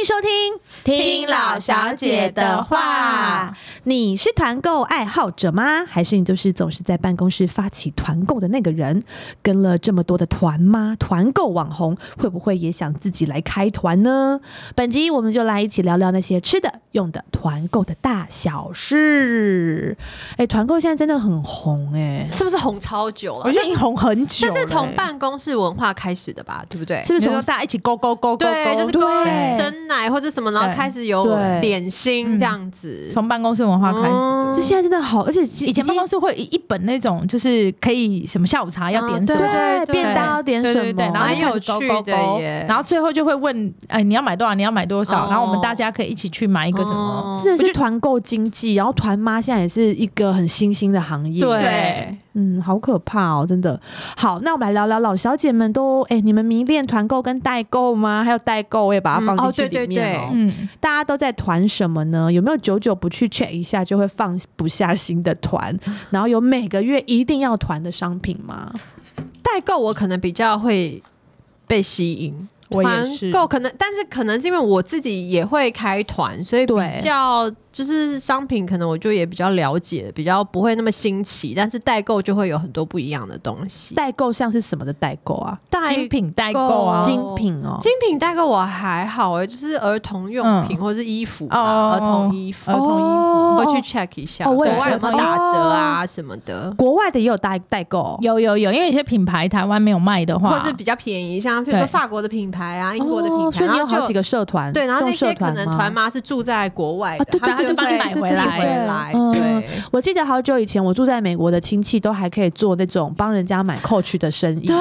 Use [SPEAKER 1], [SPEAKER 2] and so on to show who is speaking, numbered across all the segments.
[SPEAKER 1] 迎收听《
[SPEAKER 2] 听老小姐的话》。
[SPEAKER 1] 你是团购爱好者吗？还是你就是总是在办公室发起团购的那个人？跟了这么多的团妈、团购网红，会不会也想自己来开团呢？本集我们就来一起聊聊那些吃的、用的、团购的大小事。哎，团购现在真的很红哎、
[SPEAKER 2] 是不是红超久了？哎
[SPEAKER 3] 我觉得已经红很久
[SPEAKER 2] 这
[SPEAKER 3] 了欸，
[SPEAKER 2] 是从办公室文化开始的吧，对不对？
[SPEAKER 1] 是不
[SPEAKER 3] 你
[SPEAKER 1] 是
[SPEAKER 3] 就说
[SPEAKER 1] 从
[SPEAKER 3] 大家一起勾勾勾勾
[SPEAKER 2] 对，就
[SPEAKER 3] 勾，
[SPEAKER 2] 是勾
[SPEAKER 1] 对
[SPEAKER 2] 真奶或者什么，然后
[SPEAKER 3] 对嗯
[SPEAKER 2] 开始有
[SPEAKER 1] 对
[SPEAKER 2] 点心这样子。
[SPEAKER 3] 从办公室文化开始。
[SPEAKER 2] 嗯
[SPEAKER 1] 就现在真的好，而且以
[SPEAKER 3] 以前办公室会有一一本那种，就是可以什么下午茶要点什
[SPEAKER 2] 啊对
[SPEAKER 3] 么，
[SPEAKER 1] 对
[SPEAKER 2] 对
[SPEAKER 1] 便当要点
[SPEAKER 3] 对
[SPEAKER 1] 什么，
[SPEAKER 3] 对对，然后
[SPEAKER 2] 蛮
[SPEAKER 3] 就开始
[SPEAKER 2] 有趣
[SPEAKER 3] 勾勾
[SPEAKER 2] 的
[SPEAKER 3] 勾
[SPEAKER 2] 耶
[SPEAKER 3] 然后最后就会问，哎，你要买多少？你要买多
[SPEAKER 2] 哦
[SPEAKER 3] 少？然后我们大家可以一起去买一个什么？
[SPEAKER 2] 哦
[SPEAKER 1] 真的是团购经济，然后团妈现在也是一个很新兴的行业。
[SPEAKER 2] 对，
[SPEAKER 1] 嗯，好可怕哦，真的。好，那我们来聊聊老小姐们都，哎、你们迷恋团购跟代购吗？还有代购，我也把它放
[SPEAKER 2] 嗯哦
[SPEAKER 1] 进去
[SPEAKER 2] 对
[SPEAKER 1] 里面
[SPEAKER 2] 对
[SPEAKER 1] 哦。
[SPEAKER 2] 对
[SPEAKER 3] 嗯，
[SPEAKER 1] 大家都在团什么呢？有没有久久不去 check 一下，就会放不下新的团？然后有每个月一定要团的商品吗？
[SPEAKER 2] 嗯代购我可能比较会被吸引，
[SPEAKER 3] 我
[SPEAKER 2] 团
[SPEAKER 3] 也是。
[SPEAKER 2] 购可能，但是可能是因为我自己也会开团，所以比
[SPEAKER 3] 对
[SPEAKER 2] 较就是商品，可能我就也比较了解，比较不会那么新奇。但是代购就会有很多不一样的东西。
[SPEAKER 1] 代购像是什么的代购啊？
[SPEAKER 2] 代
[SPEAKER 3] 精品代购啊，
[SPEAKER 2] 哦
[SPEAKER 1] 精品哦，
[SPEAKER 2] 精品代购我还好哎、就是儿童用
[SPEAKER 1] 嗯
[SPEAKER 2] 品或是衣服啊，
[SPEAKER 3] 哦
[SPEAKER 2] 儿童衣服
[SPEAKER 3] 儿童衣
[SPEAKER 1] 哦
[SPEAKER 2] 会去 check 一下，
[SPEAKER 1] 哦我
[SPEAKER 2] 国
[SPEAKER 1] 也哦
[SPEAKER 2] 外有没有打折啊什么的，
[SPEAKER 1] 国外的也有代代购哦、
[SPEAKER 3] 有有有，因为有些品牌台湾没有卖的
[SPEAKER 2] 或
[SPEAKER 3] 话，
[SPEAKER 2] 是比较便宜，像比如说
[SPEAKER 3] 对
[SPEAKER 2] 法国的品牌啊、英国的品
[SPEAKER 1] 哦所
[SPEAKER 2] 牌，
[SPEAKER 1] 以你有
[SPEAKER 2] 然后
[SPEAKER 1] 好
[SPEAKER 2] 就
[SPEAKER 1] 几个社团，
[SPEAKER 2] 对，然后那
[SPEAKER 1] 用社
[SPEAKER 2] 些可
[SPEAKER 1] 团
[SPEAKER 2] 能
[SPEAKER 1] 吗
[SPEAKER 2] 团妈是住在国外的，
[SPEAKER 1] 啊对对
[SPEAKER 2] 们
[SPEAKER 3] 对
[SPEAKER 2] 会
[SPEAKER 3] 对对
[SPEAKER 2] 自己
[SPEAKER 3] 对对
[SPEAKER 2] 回来，
[SPEAKER 1] 嗯
[SPEAKER 2] 对。
[SPEAKER 1] 我记得好久以前，我住在美国的亲戚都还可以做那种帮人家买 Coach 的生意，
[SPEAKER 2] 对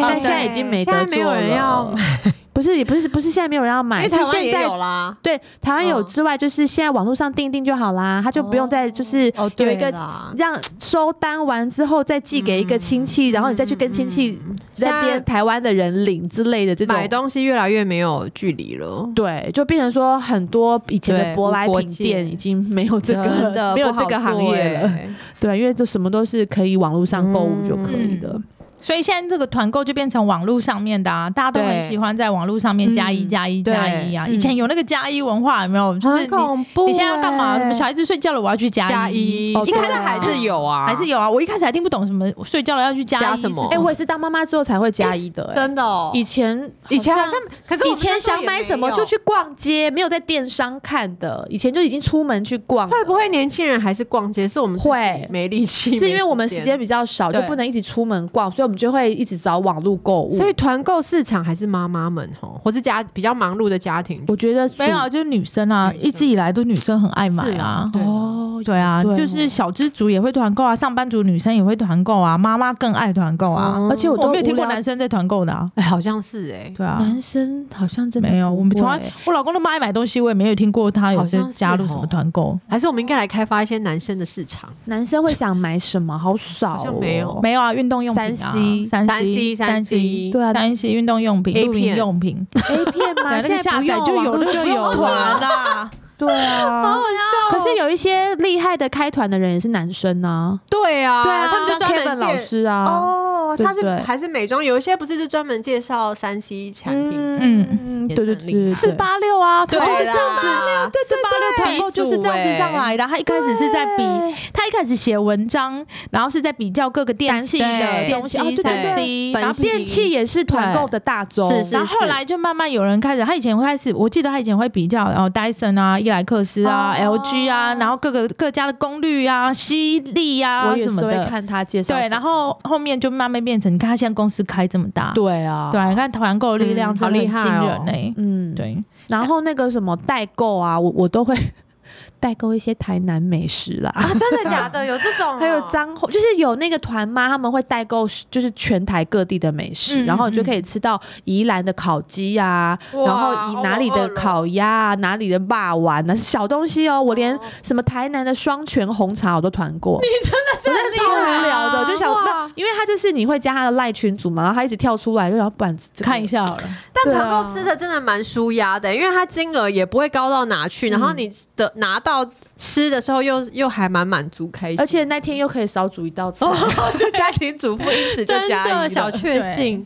[SPEAKER 1] 但啊现在已经没
[SPEAKER 2] 现在
[SPEAKER 1] 得
[SPEAKER 2] 没
[SPEAKER 1] 做
[SPEAKER 2] 有
[SPEAKER 1] 了。
[SPEAKER 2] 人要买，
[SPEAKER 1] 不是，也不是，不是现在没有人要
[SPEAKER 2] 因
[SPEAKER 1] 买，
[SPEAKER 2] 为
[SPEAKER 1] 是
[SPEAKER 2] 台湾
[SPEAKER 1] 现
[SPEAKER 2] 也有
[SPEAKER 1] 在
[SPEAKER 2] 啦。
[SPEAKER 1] 对台湾有
[SPEAKER 2] 嗯
[SPEAKER 1] 之外，就是现在网络上订订就好啦，他就不用再就是
[SPEAKER 3] 哦，
[SPEAKER 1] 有一
[SPEAKER 3] 对
[SPEAKER 1] 个
[SPEAKER 2] 啦
[SPEAKER 1] 让收单完之后再寄给一个亲戚，
[SPEAKER 2] 嗯
[SPEAKER 1] 然后你再去跟亲戚那
[SPEAKER 2] 现在
[SPEAKER 1] 边台湾的人领之类的这种
[SPEAKER 2] 嗯买。东西越来越没有距离了。
[SPEAKER 1] 对，就变成说很多以前
[SPEAKER 2] 对
[SPEAKER 1] 的舶来
[SPEAKER 2] 无国
[SPEAKER 1] 品
[SPEAKER 2] 界
[SPEAKER 1] 店已经没有这
[SPEAKER 2] 真的
[SPEAKER 1] 个没有
[SPEAKER 2] 不好
[SPEAKER 1] 这个行
[SPEAKER 2] 做
[SPEAKER 1] 业了，
[SPEAKER 2] 欸
[SPEAKER 1] 对，因为就什么都是可以网络上购物就可以
[SPEAKER 3] 嗯
[SPEAKER 1] 了。
[SPEAKER 3] 所以现在这个团购就变成网络上面的啊，大家都
[SPEAKER 2] 对
[SPEAKER 3] 很喜欢在网络上面加一
[SPEAKER 1] 嗯
[SPEAKER 3] 加一
[SPEAKER 2] 对
[SPEAKER 3] 加一啊。
[SPEAKER 2] 嗯
[SPEAKER 3] 以前有那个加一文化有没有？就是
[SPEAKER 2] 很
[SPEAKER 3] 你
[SPEAKER 2] 恐怖、欸
[SPEAKER 3] 你现在要干嘛？什么小孩子睡觉了，我要去加
[SPEAKER 2] 加
[SPEAKER 3] 一，
[SPEAKER 2] 一？
[SPEAKER 1] 哦
[SPEAKER 2] 一开始
[SPEAKER 1] 对啊
[SPEAKER 2] 还是有啊，
[SPEAKER 3] 还是有啊？我一开始还听不懂什么睡觉了要去
[SPEAKER 2] 加
[SPEAKER 3] 加一
[SPEAKER 2] 什么
[SPEAKER 3] 是
[SPEAKER 1] 哎、我也是当妈妈之后才会加一的、哎，
[SPEAKER 2] 哦真的、哦。
[SPEAKER 1] 以前啊
[SPEAKER 2] 以前好像，可是我
[SPEAKER 1] 以
[SPEAKER 2] 们那
[SPEAKER 1] 前
[SPEAKER 2] 时候
[SPEAKER 1] 想
[SPEAKER 2] 也
[SPEAKER 1] 买
[SPEAKER 2] 没
[SPEAKER 1] 什么
[SPEAKER 2] 有
[SPEAKER 1] 就。去逛街，没有在电商看的，以前就已经出门去逛了。
[SPEAKER 2] 会不会年轻人还是逛街？是我们自己
[SPEAKER 1] 会
[SPEAKER 2] 没力气，
[SPEAKER 1] 是因为我们
[SPEAKER 2] 没
[SPEAKER 1] 时间，比较少，就
[SPEAKER 3] 对
[SPEAKER 1] 不能一起出门逛，所以我们就会一直找网络购物。
[SPEAKER 2] 所以团购市场还是妈妈们吼，或是家比较忙碌的家庭
[SPEAKER 1] 我觉得
[SPEAKER 3] 没有啊，就是女生啊，一直以来都女生很爱买
[SPEAKER 2] 是啊
[SPEAKER 3] 啊。
[SPEAKER 2] 对
[SPEAKER 1] 哦，
[SPEAKER 3] 对啊，
[SPEAKER 1] 对
[SPEAKER 3] 就是小资族也会团购啊，上班族女生也会团购啊，妈妈更爱团购啊。
[SPEAKER 2] 嗯
[SPEAKER 1] 而且我
[SPEAKER 3] 我
[SPEAKER 1] 都
[SPEAKER 3] 没有听过
[SPEAKER 1] 无聊
[SPEAKER 3] 男生在团购的啊。
[SPEAKER 2] 哎、好像是哎、
[SPEAKER 3] 对啊，
[SPEAKER 1] 男生好像真的
[SPEAKER 3] 没有，我们从来
[SPEAKER 1] 不会
[SPEAKER 3] 我老公都妈爱买东西，我也没有听过他有
[SPEAKER 2] 好像
[SPEAKER 3] 在
[SPEAKER 2] 是
[SPEAKER 3] 加入什
[SPEAKER 2] 哦
[SPEAKER 3] 么团购。
[SPEAKER 2] 还是我们应该来开发一些男生的市场。
[SPEAKER 1] 男生会想买什么，好少、哦，
[SPEAKER 2] 好像没有
[SPEAKER 3] 没有啊，运动用品啊、
[SPEAKER 1] 3C
[SPEAKER 3] 三
[SPEAKER 2] 3C
[SPEAKER 3] 三 C，
[SPEAKER 1] 对啊
[SPEAKER 3] 三 C 运动用品、
[SPEAKER 2] A
[SPEAKER 3] 露营
[SPEAKER 2] 片
[SPEAKER 3] 用品，
[SPEAKER 1] A 片
[SPEAKER 3] 对
[SPEAKER 1] 吗？
[SPEAKER 3] 那
[SPEAKER 1] 现在
[SPEAKER 3] 个下
[SPEAKER 1] 不
[SPEAKER 3] 载
[SPEAKER 1] 用
[SPEAKER 3] 就有
[SPEAKER 1] 网络
[SPEAKER 3] 的就有
[SPEAKER 1] 用
[SPEAKER 3] 团 啦。
[SPEAKER 1] 对啊，
[SPEAKER 2] 哦
[SPEAKER 1] 可是
[SPEAKER 2] 有
[SPEAKER 1] 有一些厉害的开团的人也是男生啊，
[SPEAKER 2] 对啊，
[SPEAKER 1] 对啊，
[SPEAKER 2] 他们
[SPEAKER 1] 像
[SPEAKER 2] 就专
[SPEAKER 1] Kevin
[SPEAKER 2] 门
[SPEAKER 1] 老
[SPEAKER 2] 介
[SPEAKER 1] 师啊，
[SPEAKER 2] 哦，
[SPEAKER 1] 对
[SPEAKER 2] 他是
[SPEAKER 1] 对
[SPEAKER 2] 还是美妆，有一些不是就专门介绍三 C 产品的，
[SPEAKER 1] 嗯，
[SPEAKER 2] 也
[SPEAKER 1] 对对
[SPEAKER 2] 是很厉害
[SPEAKER 1] 对，对
[SPEAKER 3] 四八六啊，
[SPEAKER 2] 对
[SPEAKER 3] 他就是这样子，
[SPEAKER 2] 啦
[SPEAKER 3] 对四八六团购就是这样子上来的。他一开始是在比，他一开始写文章，然后是在比较各个电器
[SPEAKER 2] 对
[SPEAKER 3] 的东西，
[SPEAKER 1] 电器哦对对
[SPEAKER 3] 三
[SPEAKER 2] 对
[SPEAKER 3] C，
[SPEAKER 2] 本
[SPEAKER 3] 然后
[SPEAKER 2] 系
[SPEAKER 1] 电器也是团购的大宗，
[SPEAKER 2] 是是
[SPEAKER 3] 然后后来就慢慢有人开始，他以前会开始，我记得他以前会比较，然后 Dyson 啊、伊莱克斯啊、
[SPEAKER 1] 哦
[SPEAKER 3] LG 啊，然后各个各家的功率啊、吸力啊
[SPEAKER 1] 我也是
[SPEAKER 3] 什么
[SPEAKER 1] 会
[SPEAKER 3] 的，
[SPEAKER 1] 看他介绍什么，
[SPEAKER 3] 对，然后后面就慢慢变成，你看他现在公司开这么大，
[SPEAKER 1] 对啊，
[SPEAKER 3] 对啊，你看团购力量
[SPEAKER 2] 嗯
[SPEAKER 3] 真的很
[SPEAKER 2] 好厉
[SPEAKER 3] 惊
[SPEAKER 2] 害哦
[SPEAKER 3] 人呢、欸
[SPEAKER 1] 嗯，
[SPEAKER 3] 对，
[SPEAKER 1] 然后那个什么代购啊，我我都会 代购一些台南美食啦。
[SPEAKER 2] 啊， 真的假的？有这种哦、
[SPEAKER 1] 还有脏货，就是有那个团妈，他们会代购，就是全台各地的美食，
[SPEAKER 3] 嗯
[SPEAKER 1] 然后你就
[SPEAKER 3] 嗯
[SPEAKER 1] 可以吃到宜兰的烤鸡啊，
[SPEAKER 2] 哇，
[SPEAKER 1] 然后以哪里的烤鸭啊，哪里的霸丸啊，小东西哦，我连
[SPEAKER 2] 哦
[SPEAKER 1] 什么台南的双泉红茶我都团过。你真的是
[SPEAKER 2] 很
[SPEAKER 1] 超
[SPEAKER 2] 厉害啊
[SPEAKER 1] 无聊的，就想
[SPEAKER 2] 哇
[SPEAKER 1] 那，因为他就是你会加他的赖群组嘛，然后他一直跳出来，就想不然这个
[SPEAKER 3] 看一下好了，
[SPEAKER 2] 但
[SPEAKER 1] 对
[SPEAKER 2] 团
[SPEAKER 1] 啊
[SPEAKER 2] 购吃的真的蛮舒压的、因为它金额也不会高到哪去，然
[SPEAKER 3] 嗯
[SPEAKER 2] 后你的拿到吃的时候又又还蛮满足开心，
[SPEAKER 1] 而 且那天又可以少煮一道菜，家庭主妇因此就
[SPEAKER 2] 真
[SPEAKER 1] 加一
[SPEAKER 2] 的
[SPEAKER 1] 了
[SPEAKER 2] 小确幸。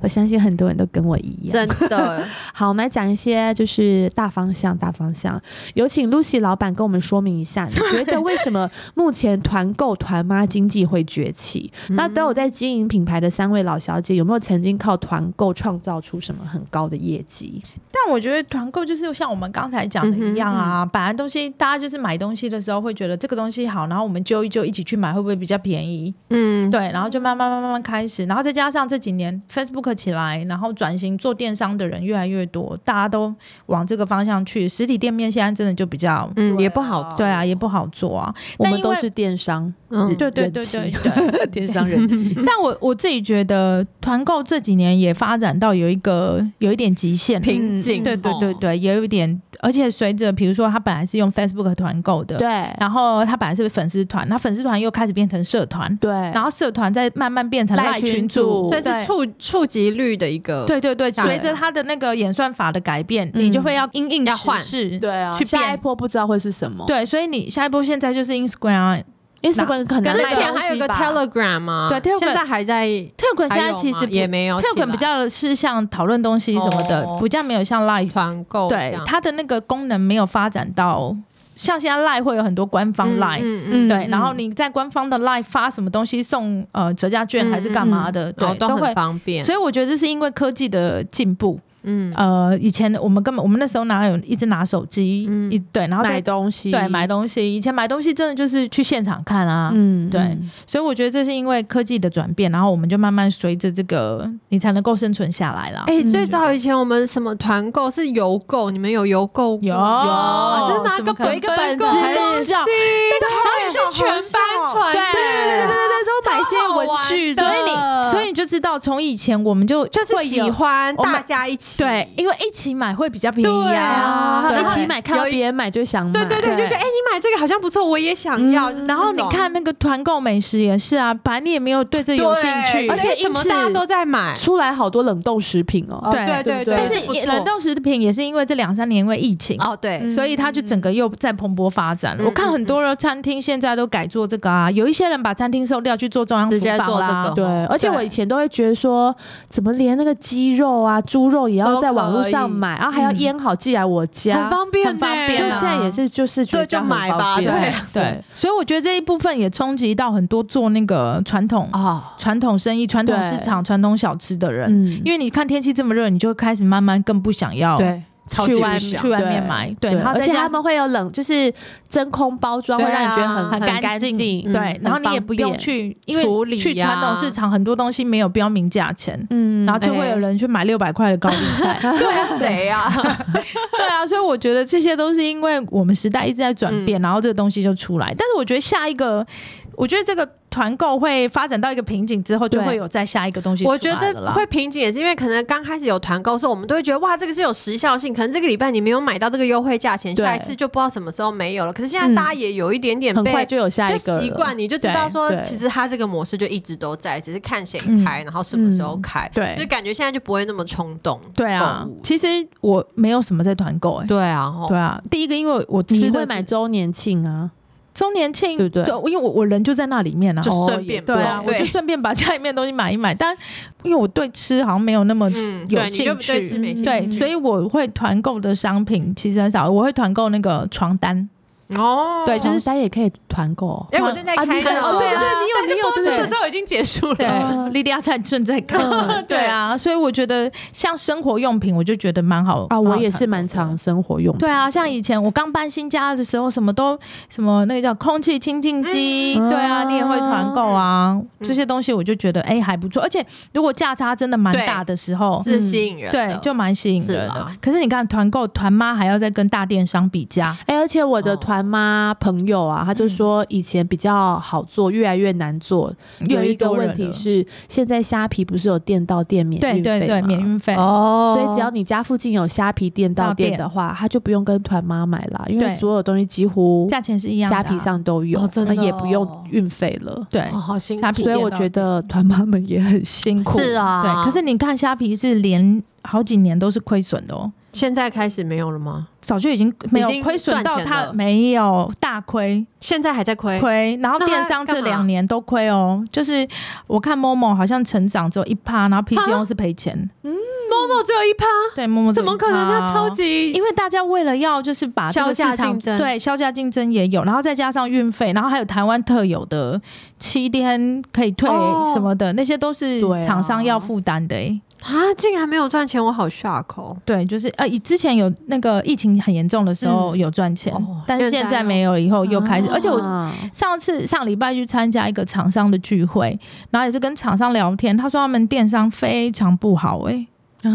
[SPEAKER 1] 我相信很多人都跟我一样。
[SPEAKER 2] 真的，
[SPEAKER 1] 好，我们来讲一些就是大方向，大方向。有请 Lucy 老板跟我们说明一下，你觉得为什 么目前团购团妈经济会崛起？
[SPEAKER 3] 嗯
[SPEAKER 1] 那都有在经营品牌的三位老小姐，有没有曾经靠团购创造出什么很高的业绩？
[SPEAKER 3] 但我觉得团购就是像我们刚才讲的一样啊，本来东西大家就是买东西的时候会觉得这个东西好，然后我们揪一揪一起去买会不会比较便宜？
[SPEAKER 2] 嗯，
[SPEAKER 3] 对，然后就慢慢慢慢慢开始，然后再加上这几年 Facebook 起来，然后转型做电商的人越来越多，大家都往这个方向去，实体店面现在真的就比较。
[SPEAKER 2] 嗯，也不好，
[SPEAKER 3] 对啊，也不好做啊。
[SPEAKER 1] 我
[SPEAKER 3] 但
[SPEAKER 1] 们
[SPEAKER 3] 因
[SPEAKER 1] 都
[SPEAKER 3] 为
[SPEAKER 1] 是电 商，
[SPEAKER 2] 嗯，
[SPEAKER 3] 对对
[SPEAKER 1] 人
[SPEAKER 3] 对
[SPEAKER 1] 气
[SPEAKER 3] 对对，
[SPEAKER 1] 电商人气。
[SPEAKER 3] 但我我自己觉得团购这几年也发展到有一个有一点极限了，
[SPEAKER 2] 瓶
[SPEAKER 3] 嗯
[SPEAKER 2] 颈，
[SPEAKER 3] 对对对
[SPEAKER 2] 哦，
[SPEAKER 3] 对，也有一点，而且随着比如说他本来是用 Facebook 团购的，
[SPEAKER 1] 对，
[SPEAKER 3] 然后他本来是粉丝团，那粉丝团又开始变成社团，
[SPEAKER 1] 对，
[SPEAKER 3] 然后社团再慢慢变成
[SPEAKER 1] 赖
[SPEAKER 3] 赖
[SPEAKER 1] 群
[SPEAKER 3] 群
[SPEAKER 1] 组
[SPEAKER 3] 组，
[SPEAKER 2] 哦所以是
[SPEAKER 3] 对
[SPEAKER 2] 触触及率的一个，
[SPEAKER 3] 对对对，
[SPEAKER 2] 下来
[SPEAKER 3] 随着他的那个演算法的改变，
[SPEAKER 1] 嗯
[SPEAKER 3] 你就会要因应
[SPEAKER 2] 要
[SPEAKER 3] 时
[SPEAKER 2] 换
[SPEAKER 3] 事
[SPEAKER 1] 对啊，
[SPEAKER 3] 去
[SPEAKER 1] 下
[SPEAKER 3] 变
[SPEAKER 1] 一波不知道会是什么。
[SPEAKER 3] 对，所以你下一波现在就是 Instagram 啊。
[SPEAKER 1] Instagram 可能
[SPEAKER 2] 跟
[SPEAKER 3] 那
[SPEAKER 2] 之
[SPEAKER 3] 个
[SPEAKER 2] 前还有一个 Telegram 啊，
[SPEAKER 3] 对，Telegram
[SPEAKER 2] 现在还在，
[SPEAKER 3] Telegram 现
[SPEAKER 2] 还
[SPEAKER 3] 在
[SPEAKER 2] 有
[SPEAKER 3] 其
[SPEAKER 2] 吗
[SPEAKER 3] 实
[SPEAKER 2] 也没有起来，
[SPEAKER 3] Telegram 比较是像讨论东西什么的，
[SPEAKER 2] 哦
[SPEAKER 3] 比较没有像 Line
[SPEAKER 2] 团购哦这
[SPEAKER 3] 对
[SPEAKER 2] 样，
[SPEAKER 3] 它的那个功能没有发展到像现在 Line 会有很多官方 Line，、
[SPEAKER 2] 嗯
[SPEAKER 3] 对，
[SPEAKER 1] 嗯
[SPEAKER 3] 然后你在官方的 Line 发什么东西送呃折价券
[SPEAKER 2] 嗯
[SPEAKER 3] 还是干嘛的，
[SPEAKER 2] 然
[SPEAKER 3] 对，
[SPEAKER 2] 后都
[SPEAKER 3] 会
[SPEAKER 2] 很。方便
[SPEAKER 3] 所，以我觉得这是因为科技的进步。
[SPEAKER 2] 嗯，
[SPEAKER 3] 呃，以前我们根本我们那时候哪有一直拿手机，
[SPEAKER 2] 嗯
[SPEAKER 3] 一对，然后再
[SPEAKER 1] 买东西，
[SPEAKER 3] 对买东西。以前买东西真的就是去现场看啊，
[SPEAKER 1] 嗯，
[SPEAKER 3] 对
[SPEAKER 1] 嗯
[SPEAKER 3] 所以我觉得这是因为科技的转变，然后我们就慢慢随着这个，你才能够生存下来啦。
[SPEAKER 2] 哎、
[SPEAKER 1] 嗯
[SPEAKER 2] 最早以前我们什么团购是邮购，你们有邮购过
[SPEAKER 3] 有
[SPEAKER 2] 吗
[SPEAKER 3] 有
[SPEAKER 2] 就是拿
[SPEAKER 3] 怎
[SPEAKER 2] 个
[SPEAKER 3] 么可能
[SPEAKER 2] 本
[SPEAKER 3] 本
[SPEAKER 2] 本购
[SPEAKER 3] 子
[SPEAKER 2] 东
[SPEAKER 3] 很
[SPEAKER 2] 西，
[SPEAKER 3] 小
[SPEAKER 2] 那个是全班传的，
[SPEAKER 3] 对对对
[SPEAKER 2] 对，都
[SPEAKER 3] 买一些文
[SPEAKER 2] 具
[SPEAKER 3] 所以你，所以你就知道，从以前我们就
[SPEAKER 2] 就是
[SPEAKER 3] 会
[SPEAKER 2] 喜
[SPEAKER 3] 有
[SPEAKER 2] 欢
[SPEAKER 3] 我们
[SPEAKER 2] 大家一起，
[SPEAKER 3] 对，因为一起买会比较便宜
[SPEAKER 2] 对啊
[SPEAKER 3] 啊，
[SPEAKER 1] 然后
[SPEAKER 3] 一起
[SPEAKER 1] 买，看到别人买就想买，
[SPEAKER 2] 对对对，就觉得哎、你买这个好像不错，我也想要，就是这种
[SPEAKER 3] 嗯然后你看。那个团购美食也是啊，本来你也没有对这有兴趣，
[SPEAKER 2] 而
[SPEAKER 1] 而且
[SPEAKER 2] 且
[SPEAKER 1] 因
[SPEAKER 2] 怎么大家
[SPEAKER 1] 此
[SPEAKER 2] 都在买，
[SPEAKER 1] 出来好多冷冻食品哦。
[SPEAKER 3] 对
[SPEAKER 2] 对对对
[SPEAKER 3] 但
[SPEAKER 2] 不错
[SPEAKER 3] 是冷冻食品也是因为这两三年因为疫情。
[SPEAKER 2] 哦，对，
[SPEAKER 3] 所以它就整个又在蓬勃发展了。
[SPEAKER 2] 嗯
[SPEAKER 3] 嗯我看很多的餐厅现在都改做这个啊，有一些人把餐厅收掉去做中央厨
[SPEAKER 2] 直接
[SPEAKER 3] 房
[SPEAKER 2] 做
[SPEAKER 3] 啦，
[SPEAKER 2] 这
[SPEAKER 1] 哦
[SPEAKER 2] 个
[SPEAKER 1] 对，而且我以前都会觉得说，怎么连那个鸡肉啊、猪肉也要在网络上买，然后还要腌好寄来我家，
[SPEAKER 2] 很方便呢，
[SPEAKER 4] 很方
[SPEAKER 1] 就
[SPEAKER 4] 便
[SPEAKER 1] 现在也是嗯就是觉得
[SPEAKER 2] 对就
[SPEAKER 1] 这样很
[SPEAKER 2] 买吧
[SPEAKER 1] 方便
[SPEAKER 2] 对
[SPEAKER 3] 对，所以我觉得这一部分也冲击到很多做那个传统、
[SPEAKER 2] 哦，
[SPEAKER 3] 传统生意、传统市场、传统小吃的人，
[SPEAKER 1] 嗯，
[SPEAKER 3] 因为你看天气这么热，你就会开始慢慢更不想要
[SPEAKER 2] 对，超
[SPEAKER 3] 去
[SPEAKER 2] 级
[SPEAKER 3] 外
[SPEAKER 2] 小
[SPEAKER 3] 去外面买，对，然后
[SPEAKER 1] 而
[SPEAKER 3] 再
[SPEAKER 1] 且
[SPEAKER 3] 加
[SPEAKER 1] 他
[SPEAKER 3] 上
[SPEAKER 1] 们会有冷，就是真空包装，
[SPEAKER 2] 对
[SPEAKER 1] 会
[SPEAKER 2] 啊
[SPEAKER 1] 让你觉得很
[SPEAKER 2] 很
[SPEAKER 1] 很
[SPEAKER 3] 干
[SPEAKER 1] 净
[SPEAKER 3] 净，
[SPEAKER 1] 嗯
[SPEAKER 3] 对，然后你也不用，
[SPEAKER 1] 很方便
[SPEAKER 3] 去，因为
[SPEAKER 2] 处理
[SPEAKER 3] 去
[SPEAKER 2] 呀
[SPEAKER 3] 传统市场很多东西没有标明价钱。
[SPEAKER 1] 嗯，
[SPEAKER 3] 然后就会有人去买六百块的高丽菜，
[SPEAKER 2] 对谁呀？
[SPEAKER 3] 对啊，所以我觉得这些都是因为我们时代一直在转
[SPEAKER 2] 嗯
[SPEAKER 3] 变，然后这个东西就出来。但是我觉得下一个，我觉得这个团购会发展到一个瓶颈之后，就
[SPEAKER 1] 对
[SPEAKER 3] 会有再下一个东西
[SPEAKER 2] 我觉
[SPEAKER 3] 出来了
[SPEAKER 2] 得
[SPEAKER 3] 啦
[SPEAKER 2] 会瓶颈也是因为可能刚开始有团购的时候，我们都会觉得哇，这个是有时效性，可能这个礼拜你没有买到这个优惠价钱，
[SPEAKER 1] 对
[SPEAKER 2] 下一次就不知道什么时候没有了。可是现
[SPEAKER 3] 嗯
[SPEAKER 2] 在大家也有一点点
[SPEAKER 1] 很
[SPEAKER 2] 被
[SPEAKER 1] 快就有下
[SPEAKER 2] 就
[SPEAKER 1] 一个了
[SPEAKER 2] 习惯，你就知道说
[SPEAKER 1] 对，对
[SPEAKER 2] 其实它这个模式就一直都在，只是看谁
[SPEAKER 3] 嗯
[SPEAKER 2] 开，然后什么时候开，
[SPEAKER 3] 对
[SPEAKER 2] 所以感觉现在就不会那么冲动。
[SPEAKER 3] 对啊
[SPEAKER 2] 购物，
[SPEAKER 3] 其实我没有什么在团购哎、
[SPEAKER 2] 对啊，
[SPEAKER 3] 对啊，第一个因为我吃
[SPEAKER 1] 你会
[SPEAKER 3] 的是
[SPEAKER 1] 买周年庆啊，
[SPEAKER 3] 周年庆，
[SPEAKER 1] 对不对
[SPEAKER 3] 因为我我人就在那里面啊，
[SPEAKER 2] 就
[SPEAKER 1] 哦
[SPEAKER 2] 顺便
[SPEAKER 1] 也
[SPEAKER 3] 对啊，我就
[SPEAKER 2] 对，
[SPEAKER 3] 顺便把家里面的东西买一买，但因为我对吃好像没有那么。
[SPEAKER 2] 嗯，
[SPEAKER 3] 有
[SPEAKER 2] 对，你就
[SPEAKER 3] 兴趣
[SPEAKER 2] 对吃没兴趣，
[SPEAKER 3] 对，所以我会团购的商品其实很少，我会团购那个床单，
[SPEAKER 2] 哦，
[SPEAKER 3] 对就是
[SPEAKER 1] 大家也可以团购，
[SPEAKER 2] 哎，我正在
[SPEAKER 1] 啊
[SPEAKER 2] 开
[SPEAKER 1] 你
[SPEAKER 2] 那个
[SPEAKER 1] 哦对对
[SPEAKER 2] 但
[SPEAKER 1] 你有
[SPEAKER 2] 是
[SPEAKER 1] 你有
[SPEAKER 2] 播出
[SPEAKER 1] 对
[SPEAKER 2] 的时候已经结束
[SPEAKER 3] 对
[SPEAKER 2] 了，，
[SPEAKER 3] 哦莉莉亚在正在
[SPEAKER 1] 嗯
[SPEAKER 3] 看，对啊，所以我觉得像生活用品，我就觉得蛮好
[SPEAKER 1] 啊，我也是蛮。
[SPEAKER 3] 好团购
[SPEAKER 1] 常
[SPEAKER 3] 的
[SPEAKER 1] 生活用品，
[SPEAKER 3] 对啊，像以前我刚搬新家的时候，什么都什么那个叫空气清净机，
[SPEAKER 1] 嗯
[SPEAKER 3] 对啊，你也会团购啊，这些东西我就觉得哎、还不错，而且如果价差真的蛮
[SPEAKER 2] 对
[SPEAKER 3] 大的时候，
[SPEAKER 2] 是吸引人的，
[SPEAKER 3] 哦对，就蛮吸引人
[SPEAKER 2] 是
[SPEAKER 3] 的
[SPEAKER 2] 啦。
[SPEAKER 3] 可是你看团购团妈还要再跟大电商比价，
[SPEAKER 1] 哎、而且我的
[SPEAKER 2] 哦
[SPEAKER 1] 团妈朋友啊，
[SPEAKER 3] 嗯
[SPEAKER 1] 他就说以前比较好做，越来越难做。
[SPEAKER 3] 越
[SPEAKER 1] 有
[SPEAKER 3] 来越
[SPEAKER 1] 一个
[SPEAKER 3] 多人
[SPEAKER 1] 问题
[SPEAKER 3] 了
[SPEAKER 1] 是，现在虾皮不是有店到店免
[SPEAKER 3] 对
[SPEAKER 1] 运
[SPEAKER 3] 对
[SPEAKER 1] 费
[SPEAKER 3] 对，
[SPEAKER 1] 吗
[SPEAKER 3] 免。运费。
[SPEAKER 2] 哦
[SPEAKER 1] 所以只要你家附近有虾皮店到
[SPEAKER 3] 到
[SPEAKER 1] 店
[SPEAKER 3] 店
[SPEAKER 1] 的话，他就不用跟团妈买啦，因为
[SPEAKER 3] 对
[SPEAKER 1] 所有东西几乎
[SPEAKER 3] 价钱是一样的、啊
[SPEAKER 1] 虾皮，上都有，
[SPEAKER 2] 哦真
[SPEAKER 1] 那
[SPEAKER 2] 的
[SPEAKER 1] 也不用
[SPEAKER 2] 哦
[SPEAKER 1] 运费了。
[SPEAKER 3] 对，
[SPEAKER 2] 哦，好辛苦
[SPEAKER 3] 差。别
[SPEAKER 1] 所以我觉
[SPEAKER 3] 嗯
[SPEAKER 1] 得团妈们也很辛苦。
[SPEAKER 3] 辛苦
[SPEAKER 2] 是啊
[SPEAKER 3] 对。可是你看虾皮是连好几年都是亏损的哦，
[SPEAKER 2] 现在开始没有了吗？
[SPEAKER 3] 早就已经没有
[SPEAKER 2] 已经
[SPEAKER 3] 亏损到
[SPEAKER 2] 赚钱
[SPEAKER 3] 他
[SPEAKER 2] 了
[SPEAKER 3] 没有大亏
[SPEAKER 2] 现在还在亏，
[SPEAKER 3] 亏，然后
[SPEAKER 2] 那他
[SPEAKER 3] 电商这
[SPEAKER 2] 干嘛
[SPEAKER 3] 两年都亏哦，就是我看 Momo 好像成长只有一趴，然后 PCO 是赔钱，
[SPEAKER 2] 某某只有一趴，
[SPEAKER 3] 对 Momo
[SPEAKER 2] 怎么可能？他超。
[SPEAKER 3] 嗯
[SPEAKER 2] 级
[SPEAKER 3] 因为大家为了要就是把这个市
[SPEAKER 2] 销价
[SPEAKER 3] 场
[SPEAKER 2] 竞争
[SPEAKER 3] 对销价竞争也有，然后再加上运费，然后还有台湾特有的七天可以退
[SPEAKER 2] 哦
[SPEAKER 3] 什么的，那些都是
[SPEAKER 1] 对啊
[SPEAKER 3] 厂商要负担的、欸。
[SPEAKER 2] 啊，竟然没有赚钱，我好 shock 哦。
[SPEAKER 3] 对，就是呃，以之前有那个疫情很严重的时候
[SPEAKER 1] 嗯
[SPEAKER 3] 有赚钱，
[SPEAKER 2] 哦
[SPEAKER 3] 但是
[SPEAKER 2] 现
[SPEAKER 3] 现
[SPEAKER 2] 在
[SPEAKER 3] 在没哦有，以后又开始，而且我
[SPEAKER 1] 啊
[SPEAKER 3] 上次上礼拜去参加一个厂商的聚会，然后也是跟厂商聊天，他说他们电商非常不好、欸，对，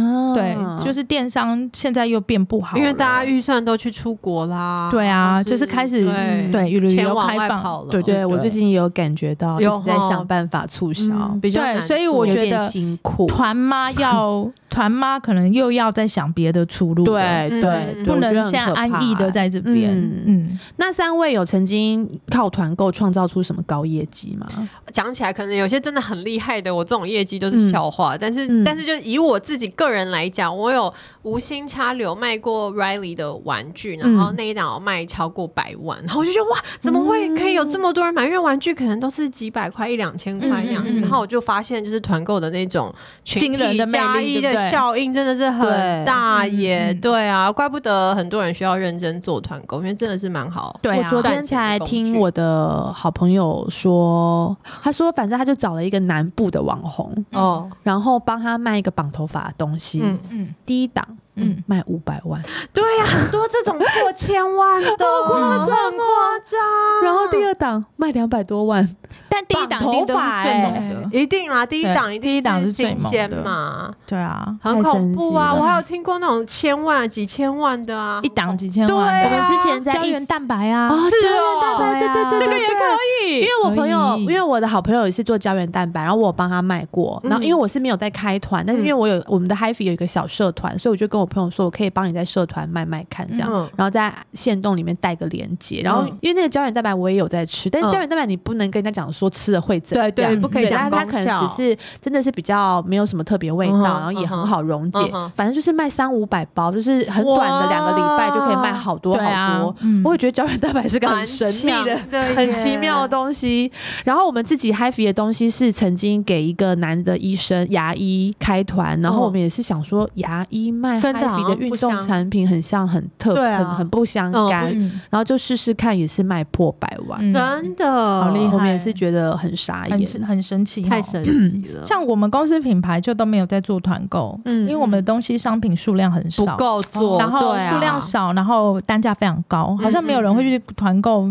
[SPEAKER 1] 啊嗯
[SPEAKER 3] 就是电商现在又变不好了，
[SPEAKER 2] 因为大家预算都去出国啦，
[SPEAKER 3] 对啊
[SPEAKER 2] 或
[SPEAKER 3] 就是开始
[SPEAKER 2] 对
[SPEAKER 3] 对旅
[SPEAKER 2] 钱
[SPEAKER 3] 游
[SPEAKER 2] 往
[SPEAKER 3] 开
[SPEAKER 2] 外
[SPEAKER 3] 放
[SPEAKER 2] 跑，了
[SPEAKER 3] 对
[SPEAKER 1] 对我最近也有感觉到，一
[SPEAKER 2] 有
[SPEAKER 1] 直在
[SPEAKER 2] 吼
[SPEAKER 1] 想办法促销，
[SPEAKER 2] 嗯比较
[SPEAKER 3] 对
[SPEAKER 2] 难
[SPEAKER 3] 所以我
[SPEAKER 2] 做
[SPEAKER 1] 有
[SPEAKER 3] 觉得
[SPEAKER 1] 点辛苦。
[SPEAKER 3] 团妈要团妈可能又要再想别的出路了，
[SPEAKER 1] 对
[SPEAKER 2] 嗯
[SPEAKER 1] 对，
[SPEAKER 2] 嗯
[SPEAKER 1] 对
[SPEAKER 3] 不
[SPEAKER 1] 我觉得
[SPEAKER 3] 能
[SPEAKER 1] 很
[SPEAKER 3] 现在
[SPEAKER 1] 可怕
[SPEAKER 3] 安逸的
[SPEAKER 1] 欸
[SPEAKER 3] 在这边，
[SPEAKER 1] 嗯
[SPEAKER 3] 嗯，
[SPEAKER 1] 那三位有曾经靠团购创造出什么高业绩吗？
[SPEAKER 2] 讲起来，可能有些真的很厉害的，我这种业绩就是笑话。但是，
[SPEAKER 1] 嗯
[SPEAKER 2] 但是就以我自己个人来讲，我有无心插柳卖过 Riley 的玩具，然
[SPEAKER 3] 嗯
[SPEAKER 2] 后那一档有卖超过百万，然后我就觉得哇，怎么会
[SPEAKER 3] 嗯
[SPEAKER 2] 可以有这么多人买？因为玩具可能都是几百块、一两千块那样。
[SPEAKER 3] 嗯嗯嗯
[SPEAKER 2] 然后我就发现，就是团购的那种群
[SPEAKER 3] 惊人
[SPEAKER 2] 体
[SPEAKER 3] 的魅力
[SPEAKER 2] 加一
[SPEAKER 3] 对不
[SPEAKER 2] 的
[SPEAKER 3] 对
[SPEAKER 2] 效应真的是很大
[SPEAKER 3] 对
[SPEAKER 2] 耶。
[SPEAKER 3] 嗯嗯嗯
[SPEAKER 2] 对啊，怪不得很多人需要认真做团购，因为真的是蛮好。
[SPEAKER 3] 对
[SPEAKER 1] 我
[SPEAKER 3] 啊
[SPEAKER 1] 昨，天
[SPEAKER 2] 赚钱
[SPEAKER 1] 才
[SPEAKER 2] 的工
[SPEAKER 1] 听
[SPEAKER 2] 具
[SPEAKER 1] 我的好朋友说，他说反正他就找了一个南部的网红，
[SPEAKER 2] 哦，
[SPEAKER 1] 然后帮他卖一个绑头发的东西，
[SPEAKER 2] 嗯
[SPEAKER 3] 嗯
[SPEAKER 1] 第一档，嗯
[SPEAKER 3] 嗯，
[SPEAKER 1] 卖五百万，
[SPEAKER 2] 对呀、很多这种破千万的，好夸张，很夸张。
[SPEAKER 1] 然后第二档卖两百多万，
[SPEAKER 3] 但第一档一定都是最
[SPEAKER 1] 欸哎
[SPEAKER 3] 猛的，
[SPEAKER 2] 一定啦，第一档一
[SPEAKER 3] 第一档
[SPEAKER 2] 是
[SPEAKER 3] 是最
[SPEAKER 2] 新
[SPEAKER 3] 猛
[SPEAKER 2] 鲜
[SPEAKER 3] 的
[SPEAKER 2] 嘛，
[SPEAKER 3] 对啊，
[SPEAKER 2] 很恐怖
[SPEAKER 1] 太
[SPEAKER 2] 啊！
[SPEAKER 1] 神奇了
[SPEAKER 2] 我还有听过那种千万、几千万的啊，
[SPEAKER 3] 一档几千
[SPEAKER 2] 对
[SPEAKER 3] 万，
[SPEAKER 2] 啊
[SPEAKER 3] 我们之前在
[SPEAKER 4] 胶
[SPEAKER 3] 胶
[SPEAKER 4] 原
[SPEAKER 3] 原蛋白啊，
[SPEAKER 1] 哦，
[SPEAKER 2] 是
[SPEAKER 1] 胶原蛋
[SPEAKER 2] 哦
[SPEAKER 1] 白，对对对
[SPEAKER 2] 这
[SPEAKER 1] 对
[SPEAKER 2] 个也可以
[SPEAKER 1] 因。为我朋友，
[SPEAKER 3] 可以
[SPEAKER 1] 因为我的好朋友也是做胶原蛋白，然后我有帮他卖过，然后
[SPEAKER 2] 嗯
[SPEAKER 1] 因为我是没有在开团，但是因为我有我们的 HiFi 有一个小社团，所以我就跟我朋友说，我可以帮你在社团卖卖看这样，
[SPEAKER 2] 嗯
[SPEAKER 1] 然后在线动里面带个链接，然后
[SPEAKER 2] 嗯
[SPEAKER 1] 因为那个胶原蛋白我也有在吃，但是
[SPEAKER 2] 嗯
[SPEAKER 1] 胶原蛋白你不能跟人家讲说吃了会怎样，
[SPEAKER 2] 对对，
[SPEAKER 3] 嗯
[SPEAKER 2] 不可以
[SPEAKER 1] 对
[SPEAKER 2] 讲
[SPEAKER 1] 但它可能只是真的是比较没有什么特别味道，
[SPEAKER 2] 嗯哼
[SPEAKER 1] 然后也很好溶解
[SPEAKER 2] 嗯哼，
[SPEAKER 1] 反正就是卖三五百包，就是很短的
[SPEAKER 2] 哇
[SPEAKER 1] 两个礼拜就可以卖好多好
[SPEAKER 3] 对啊
[SPEAKER 1] 多。
[SPEAKER 3] 嗯
[SPEAKER 1] 我也觉得胶原蛋白是个很
[SPEAKER 2] 蛮
[SPEAKER 1] 神秘的
[SPEAKER 2] 强的耶
[SPEAKER 1] 很奇妙的东西。然后我们自己 h i f i 的东西是曾经给一个男的医生牙医开团，然后
[SPEAKER 2] 哦
[SPEAKER 1] 我们也是想说牙医卖 h i f
[SPEAKER 2] 跟这好
[SPEAKER 1] i 的
[SPEAKER 2] 像
[SPEAKER 1] 运
[SPEAKER 2] 不
[SPEAKER 1] 动
[SPEAKER 2] 相
[SPEAKER 1] 产品很像，很特
[SPEAKER 2] 对啊
[SPEAKER 1] 很很不相
[SPEAKER 2] 嗯
[SPEAKER 1] 干，
[SPEAKER 3] 嗯
[SPEAKER 1] 然后就试试看，也是卖破百万。
[SPEAKER 3] 嗯
[SPEAKER 2] 真的
[SPEAKER 3] 好厉害
[SPEAKER 1] 我们也是觉得很傻眼，
[SPEAKER 3] 很很神奇哦，
[SPEAKER 2] 太神奇了，
[SPEAKER 3] 像我们公司品牌就都没有在做团购，
[SPEAKER 1] 嗯
[SPEAKER 3] 嗯，因为我们的东西商品数量很
[SPEAKER 2] 不
[SPEAKER 3] 少，
[SPEAKER 2] 够做，
[SPEAKER 3] 然后
[SPEAKER 2] 对啊嗯
[SPEAKER 3] 数量少，然后单价非常高，好像没有人会去团购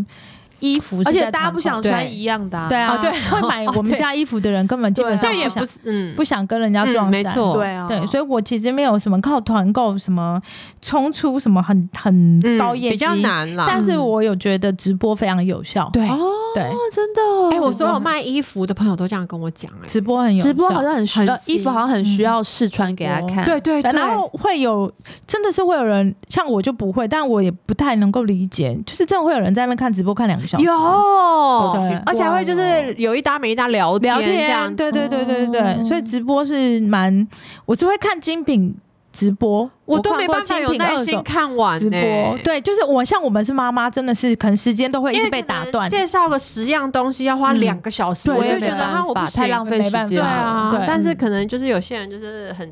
[SPEAKER 3] 衣服，
[SPEAKER 1] 而
[SPEAKER 3] 是
[SPEAKER 1] 且
[SPEAKER 3] 在
[SPEAKER 1] 大家
[SPEAKER 3] 团
[SPEAKER 1] 不想
[SPEAKER 3] 购
[SPEAKER 1] 穿一样的、啊，
[SPEAKER 3] 对啊，
[SPEAKER 2] 哦对
[SPEAKER 3] 会买我们家衣服的人根本基本
[SPEAKER 1] 对
[SPEAKER 3] 上
[SPEAKER 2] 这
[SPEAKER 1] 啊
[SPEAKER 2] 也
[SPEAKER 3] 不想
[SPEAKER 2] 不是，嗯，
[SPEAKER 3] 不想跟人家撞衫，
[SPEAKER 2] 嗯没错，
[SPEAKER 1] 对啊，
[SPEAKER 3] 对，所以我其实没有什么靠团购什么冲出什么很很
[SPEAKER 2] 嗯
[SPEAKER 3] 高业绩，
[SPEAKER 2] 比较，难啦。
[SPEAKER 3] 但是我有觉得直播非常有效，
[SPEAKER 2] 对，
[SPEAKER 1] 哦，
[SPEAKER 3] 对，
[SPEAKER 1] 真的，
[SPEAKER 2] 哎，我所有卖衣服的朋友都这样跟我讲，哎，
[SPEAKER 3] 直播很有效
[SPEAKER 1] 直播好像很需
[SPEAKER 2] 很嗯
[SPEAKER 1] 要，衣服好像很需要试穿给他看，
[SPEAKER 2] 对对对，
[SPEAKER 3] 然后会有，真的是会有人，像我就不会，但我也不太能够理解，就是真的会有人在那边看直播看两个小时，
[SPEAKER 2] 有
[SPEAKER 3] 对哦
[SPEAKER 2] 而且还会就是有一搭没一搭聊
[SPEAKER 3] 聊
[SPEAKER 2] 这
[SPEAKER 3] 天，
[SPEAKER 2] 样
[SPEAKER 3] 哦对对对对对对，所以直播是蛮，我是会看精品直播，
[SPEAKER 2] 我都
[SPEAKER 3] 看
[SPEAKER 2] 没
[SPEAKER 3] 过
[SPEAKER 2] 办法
[SPEAKER 3] 精
[SPEAKER 2] 有
[SPEAKER 3] 品
[SPEAKER 2] 耐
[SPEAKER 3] 二
[SPEAKER 2] 心
[SPEAKER 3] 手
[SPEAKER 2] 看完
[SPEAKER 3] 直
[SPEAKER 2] 呢
[SPEAKER 3] 播，，对，就是我像我们是妈妈，真的是可能时间都会一
[SPEAKER 2] 因
[SPEAKER 3] 直
[SPEAKER 2] 为
[SPEAKER 3] 被
[SPEAKER 2] 可能
[SPEAKER 3] 打断，
[SPEAKER 2] 介绍个十样东西要花
[SPEAKER 3] 嗯
[SPEAKER 2] 两个小时，
[SPEAKER 3] 对
[SPEAKER 2] 我
[SPEAKER 3] 对
[SPEAKER 2] 就觉
[SPEAKER 3] 对
[SPEAKER 2] 得
[SPEAKER 3] 没
[SPEAKER 2] 哈，我不
[SPEAKER 1] 太
[SPEAKER 2] 行
[SPEAKER 1] 浪费时
[SPEAKER 3] 没办法
[SPEAKER 1] 间了，
[SPEAKER 2] 对啊
[SPEAKER 3] 对，
[SPEAKER 2] 但是可能就是有些人就是很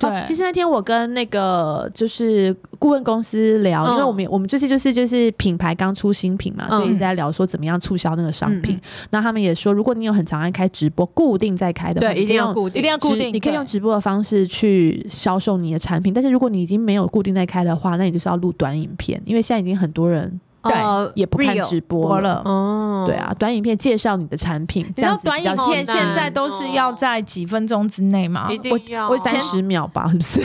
[SPEAKER 1] 哦
[SPEAKER 3] 对，
[SPEAKER 1] 其实那天我跟那个就是顾问公司聊，
[SPEAKER 2] 嗯
[SPEAKER 1] 因为我们我们最近就是就是品牌刚出新品嘛，
[SPEAKER 2] 嗯
[SPEAKER 1] 所以一直在聊说怎么样促销那个商
[SPEAKER 2] 嗯
[SPEAKER 1] 品。那他们也说，如果你有很常爱开直播，固定在开的话，
[SPEAKER 2] 对，一定要固
[SPEAKER 1] 定。
[SPEAKER 3] 一
[SPEAKER 2] 定，
[SPEAKER 3] 定要固
[SPEAKER 1] 直
[SPEAKER 3] 定
[SPEAKER 1] 你可以
[SPEAKER 3] 对
[SPEAKER 1] 用直播的方式去销售你的产品，但是如果你已经没有固定在开的话，那你就是要录短影片，因为现在已经很多人
[SPEAKER 2] 呃
[SPEAKER 1] 也不看
[SPEAKER 2] real
[SPEAKER 1] 直播
[SPEAKER 3] 播
[SPEAKER 1] 了。
[SPEAKER 3] 了。
[SPEAKER 2] 哦，
[SPEAKER 1] 对，啊，短影片介绍你的产品，
[SPEAKER 3] 嗯你
[SPEAKER 1] 这
[SPEAKER 3] 知道
[SPEAKER 1] 样子比较
[SPEAKER 3] 短影
[SPEAKER 1] 吸
[SPEAKER 3] 片
[SPEAKER 1] 引
[SPEAKER 3] 现在都是要在几分钟之内吗？
[SPEAKER 2] 一
[SPEAKER 3] 嗯我
[SPEAKER 2] 定要
[SPEAKER 3] 我前
[SPEAKER 1] 三十秒吧，是不是？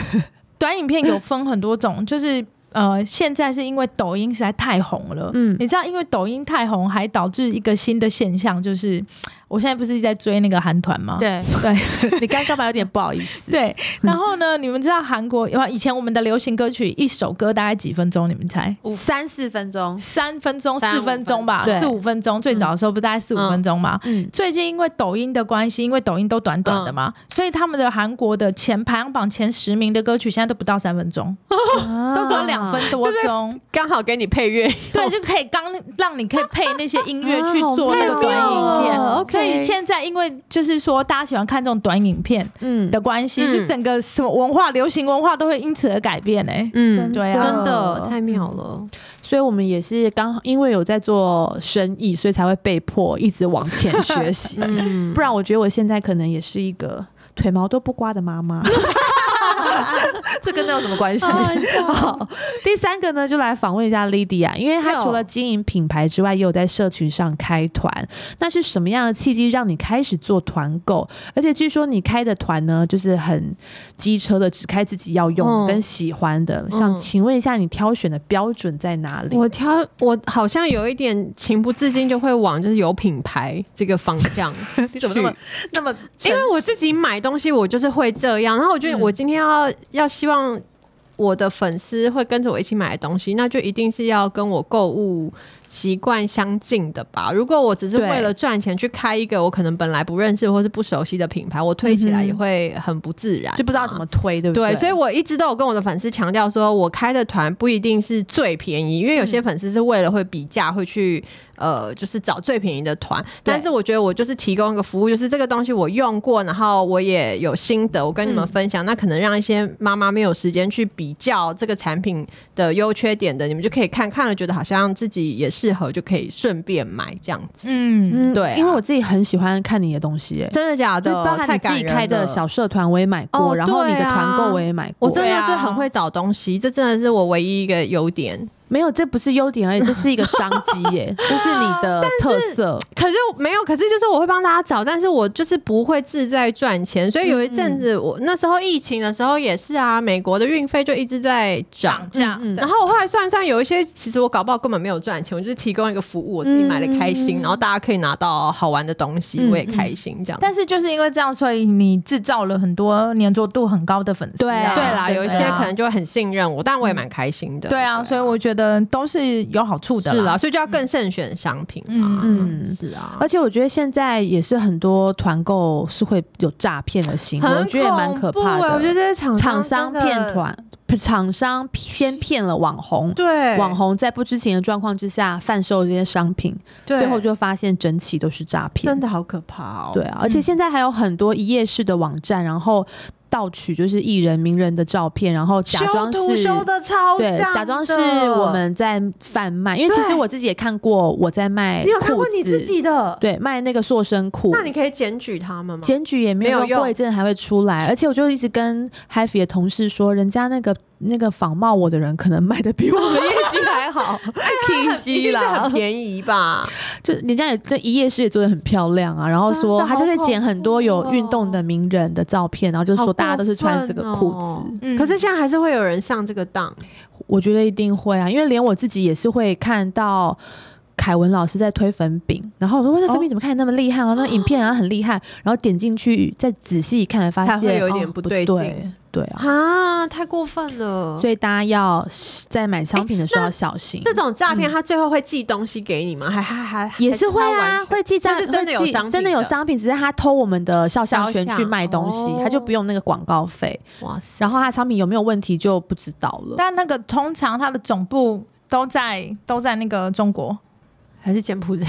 [SPEAKER 3] 短影片有分很多种， 就是呃，现在是因为抖音实在太红了，
[SPEAKER 1] 嗯
[SPEAKER 3] 嗯，你知道，因为抖音太红，还导致一个新的现象，就是我现在不是一直在追那个韩团吗？
[SPEAKER 4] 对
[SPEAKER 3] 对，你刚刚嘛有点不好意 思。 对，然后呢， 你们知道韩国以前我们的流行歌曲一首歌大概几分钟？你们猜？
[SPEAKER 4] 三四分钟，
[SPEAKER 3] 三分钟、
[SPEAKER 2] 三
[SPEAKER 3] 四
[SPEAKER 2] 五
[SPEAKER 3] 分钟吧，
[SPEAKER 4] 分钟
[SPEAKER 3] 四五分钟。最早的时候不大概四五
[SPEAKER 2] 嗯
[SPEAKER 3] 分钟嘛？
[SPEAKER 1] 嗯，
[SPEAKER 3] 最近因为抖音的关系，因为抖音都短短的嘛，所以他们的韩国的前排行榜前十名的歌曲现在都不到三分钟，都
[SPEAKER 1] 哦都
[SPEAKER 3] 只有两分多钟，
[SPEAKER 2] 刚好给你配乐，
[SPEAKER 3] 对，就可以刚让你可以配那些音乐去
[SPEAKER 1] 啊
[SPEAKER 3] 做那个
[SPEAKER 1] 好
[SPEAKER 3] 短
[SPEAKER 1] 妙
[SPEAKER 3] 影片。
[SPEAKER 1] 哦
[SPEAKER 3] 所以现在因为就是说大家喜欢看这种短影片
[SPEAKER 1] 嗯
[SPEAKER 3] 的关系，
[SPEAKER 2] 嗯
[SPEAKER 3] 所以整个什么文化、流行文化都会因此而改变哎、
[SPEAKER 2] 嗯
[SPEAKER 3] 对啊
[SPEAKER 2] 真的太妙了，
[SPEAKER 1] 所以我们也是刚好因为有在做生意，所以才会被迫一直往前学 习。
[SPEAKER 2] 嗯
[SPEAKER 1] 不然，我觉得我现在可能也是一个腿毛都不刮的妈妈。 这跟那有什么 关系？
[SPEAKER 2] 啊
[SPEAKER 1] 好， 第三个呢，就来访问一下 Lydia，因为她除了经营品牌之外，也有在社群上开团。那是什么样的契机让你开始做团购？而且据说你开的团呢，就是很机车的，只开自己要用的
[SPEAKER 2] 嗯
[SPEAKER 1] 跟喜欢的。想
[SPEAKER 2] 嗯
[SPEAKER 1] 请问一下，你挑选的标准在哪里？
[SPEAKER 2] 我挑我好像有一点情不自禁就会往就是有品牌这个方向，
[SPEAKER 1] 你怎么那么那么诚实？
[SPEAKER 2] 因为我自己买东西我就是会这样，然后我觉得我今天要、要希望。我的粉丝会跟着我一起买东西，那就一定是要跟我购物习惯相近的吧。如果我只是
[SPEAKER 1] 对
[SPEAKER 2] 为了赚钱去开一个我可能本来不认识或是不熟悉的品牌，我推起来也会很不自然、
[SPEAKER 1] 嗯就不知道怎么。推，对不
[SPEAKER 2] 对，
[SPEAKER 1] 对，
[SPEAKER 2] 所以我一直都有跟我的粉丝强调说，我开的团不一定是最便宜，因为有些粉丝是为了会比价，会去呃，就是找最便宜的团。
[SPEAKER 1] 对
[SPEAKER 2] 但是我觉得我就是提供一个服务，就是这个东西我用过，然后我也有心得，我跟你们
[SPEAKER 1] 嗯
[SPEAKER 2] 分享。那可能让一些妈妈没有时间去比较这个产品的优缺点的，你们就可以看看了，觉得好像自己也适合，就可以顺便买这样子。
[SPEAKER 3] 嗯，
[SPEAKER 1] 嗯
[SPEAKER 2] 对啊
[SPEAKER 1] 因为我自己很喜欢看你的东西、哎，
[SPEAKER 2] 真的假
[SPEAKER 1] 就
[SPEAKER 2] 的？
[SPEAKER 1] 包含
[SPEAKER 2] 太
[SPEAKER 1] 你自
[SPEAKER 2] 感
[SPEAKER 1] 己
[SPEAKER 2] 人
[SPEAKER 1] 开的
[SPEAKER 2] 了
[SPEAKER 1] 小社团我也买过，
[SPEAKER 2] 哦
[SPEAKER 1] 然后你的
[SPEAKER 2] 对啊
[SPEAKER 1] 团购我也买过，
[SPEAKER 2] 我真的
[SPEAKER 3] 对
[SPEAKER 2] 是
[SPEAKER 3] 啊
[SPEAKER 2] 很会找东西，这真的是我唯一一个优点。
[SPEAKER 1] 没有，这不是优 点而已，这是一个商机耶、这是你的特色。
[SPEAKER 2] 可是没有，可是就是我会帮大家找，但是我就是不会志在赚钱。所以有一阵子，我那时候疫情的时候也是啊，美国的运费就一直在涨
[SPEAKER 3] 涨。价，
[SPEAKER 1] 嗯嗯
[SPEAKER 2] 然后我后来算一算，有一些其实我搞不好根本没有赚钱，我就是提供一个服务，我自己买的开心，
[SPEAKER 1] 嗯
[SPEAKER 2] 然后大家可以拿到好玩的东西，
[SPEAKER 1] 嗯
[SPEAKER 2] 我也开心这样。
[SPEAKER 3] 但是就是因为这样，所以你制造了很多粘着度很高的粉丝、啊。
[SPEAKER 2] 对啦，
[SPEAKER 1] 对
[SPEAKER 2] 有一些可能就会很信任我，但我也蛮开心的。
[SPEAKER 3] 对啊，所以我觉得都是有好处的
[SPEAKER 2] 是
[SPEAKER 3] 啦
[SPEAKER 2] 啊，。所以就要更慎选商品啊。
[SPEAKER 1] 嗯嗯
[SPEAKER 2] 是啊，
[SPEAKER 1] 而且我觉得现在也是很多团购是会有诈骗的行为，
[SPEAKER 2] 很
[SPEAKER 1] 我觉得也蛮可怕
[SPEAKER 2] 恐怖欸我觉
[SPEAKER 1] 的。
[SPEAKER 2] 得这些厂
[SPEAKER 1] 厂
[SPEAKER 2] 商
[SPEAKER 1] 商
[SPEAKER 2] 真的
[SPEAKER 1] 骗，团，厂商先骗了网红，
[SPEAKER 2] 对
[SPEAKER 1] 网红在不知情的状况之下贩售这些商品，
[SPEAKER 2] 对
[SPEAKER 1] 最后就发现整起都是诈骗。
[SPEAKER 2] 真的好可怕哦。
[SPEAKER 1] 对，啊，而且现在还有很多一页式的网站，然后盗取就是艺人、名人的照片，然后假装
[SPEAKER 2] 修图
[SPEAKER 1] 是。
[SPEAKER 2] 修的超像
[SPEAKER 1] 对，
[SPEAKER 2] 哦的，
[SPEAKER 1] 假装是我们在贩卖，因为其实
[SPEAKER 2] 对
[SPEAKER 1] 我自己也看过我在卖裤
[SPEAKER 2] 你
[SPEAKER 1] 子，
[SPEAKER 2] 有看过你自己的？
[SPEAKER 1] 对卖那个塑身裤，
[SPEAKER 2] 那你可以检举他们吗？
[SPEAKER 1] 检 举也没
[SPEAKER 2] 没有
[SPEAKER 1] 有用，
[SPEAKER 2] 用
[SPEAKER 1] 过一阵还会出来，而且我就一直跟 h a f y 的同事说，人家那个那个仿冒我的人可能卖的比我们 业绩还好，可
[SPEAKER 2] 一
[SPEAKER 1] 惜
[SPEAKER 2] 定是
[SPEAKER 1] 啦
[SPEAKER 2] 哎很，便宜吧？
[SPEAKER 1] 就人家也这一页式也做的很漂亮啊，然后说
[SPEAKER 2] 真的
[SPEAKER 1] 他就会剪很多有
[SPEAKER 2] 好啊
[SPEAKER 1] 运动的名人的照片，然后就
[SPEAKER 2] 好
[SPEAKER 1] 说大家都是穿
[SPEAKER 2] 过
[SPEAKER 1] 这
[SPEAKER 2] 分
[SPEAKER 1] 个
[SPEAKER 2] 哦
[SPEAKER 1] 裤子，
[SPEAKER 3] 嗯
[SPEAKER 2] 可是现在还是会有人上这个当，
[SPEAKER 1] 我觉得一定会啊，因为连我自己也是会看到。凯文老师在推粉饼，然后我说：“哇，那
[SPEAKER 2] 哦
[SPEAKER 1] 粉饼怎么看起来那么厉害啊？那影片好像很厉害。”然后点进去再仔细一看，才发现
[SPEAKER 2] 才会有一点
[SPEAKER 1] 哦
[SPEAKER 2] 不
[SPEAKER 1] 对
[SPEAKER 2] 对
[SPEAKER 1] 劲、
[SPEAKER 2] 劲
[SPEAKER 1] 对啊，
[SPEAKER 2] 啊，太过分了。
[SPEAKER 1] 所以大家要在买商品的时候
[SPEAKER 2] 那
[SPEAKER 1] 要小心。
[SPEAKER 2] 这种诈骗，他最后会寄东西给你吗？还还还
[SPEAKER 1] 嗯也是会啊，会记账，
[SPEAKER 2] 但是真的有
[SPEAKER 1] 会记
[SPEAKER 2] 商品
[SPEAKER 1] 真的有
[SPEAKER 2] 的
[SPEAKER 1] 商品，只是他偷我们的肖像权
[SPEAKER 2] 肖像
[SPEAKER 1] 去卖东西，
[SPEAKER 2] 哦
[SPEAKER 1] 他就不用那个广告费，
[SPEAKER 2] 哇塞！
[SPEAKER 1] 然后他商品有没有问题就不知道了。
[SPEAKER 3] 但那个通常它的总部都在都在那个中国，
[SPEAKER 2] 还是柬埔寨，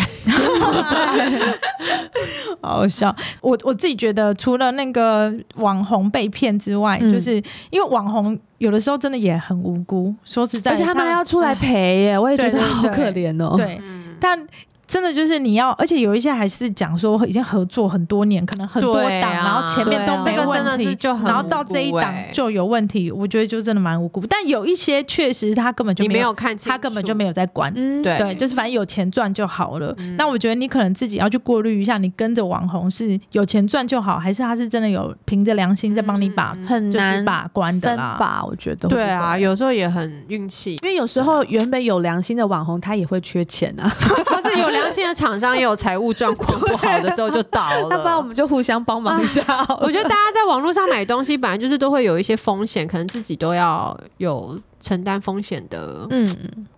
[SPEAKER 3] 好笑。我我自己觉得，除了那个网红被骗之外，
[SPEAKER 1] 嗯
[SPEAKER 3] 就是因为网红有的时候真的也很无辜，说实在，
[SPEAKER 1] 而且他们还要出来赔耶，我也觉
[SPEAKER 3] 对
[SPEAKER 1] 得
[SPEAKER 3] 对
[SPEAKER 1] 好
[SPEAKER 3] 对
[SPEAKER 1] 可怜哦。
[SPEAKER 3] 对，但。真的就是你要，而且有一些还是讲说已经合作很多年，可能很多档，
[SPEAKER 2] 对啊
[SPEAKER 3] 然后前面都
[SPEAKER 1] 对啊
[SPEAKER 3] 没
[SPEAKER 2] 这个真
[SPEAKER 3] 问
[SPEAKER 2] 的
[SPEAKER 3] 题，
[SPEAKER 2] 是就很
[SPEAKER 3] 然后到
[SPEAKER 2] 无辜
[SPEAKER 3] 这一档
[SPEAKER 2] 欸
[SPEAKER 3] 就有问题，我觉得就真的蛮无辜。但有一些确实他根本就
[SPEAKER 2] 你没
[SPEAKER 3] 没有
[SPEAKER 2] 有看清楚，
[SPEAKER 3] 他根本就没有在管，
[SPEAKER 1] 嗯，
[SPEAKER 2] 对
[SPEAKER 3] 对，就是反正有钱赚就好了。
[SPEAKER 2] 嗯
[SPEAKER 3] 那我觉得你可能自己要去过滤一下，你跟着网红是有钱赚就好，还是他是真的有凭着良心在帮你把、
[SPEAKER 2] 嗯
[SPEAKER 1] 很
[SPEAKER 3] 就是
[SPEAKER 1] 难
[SPEAKER 3] 把关的
[SPEAKER 1] 分
[SPEAKER 3] 啦。
[SPEAKER 1] 吧，我觉得
[SPEAKER 2] 对
[SPEAKER 1] 会不
[SPEAKER 2] 啊，
[SPEAKER 1] 会
[SPEAKER 2] 有时候也很运气
[SPEAKER 1] 因为有时候原本有良心的网红，他也会缺钱啊。
[SPEAKER 2] 或是有良心的厂商也有财务状况不好的时候就倒了。
[SPEAKER 1] 那不然我们就互相帮忙一下好了。
[SPEAKER 2] 我觉得大家在网络上买东西，本来就是都会有一些风险，可能自己都要有承担风险的，
[SPEAKER 1] 嗯，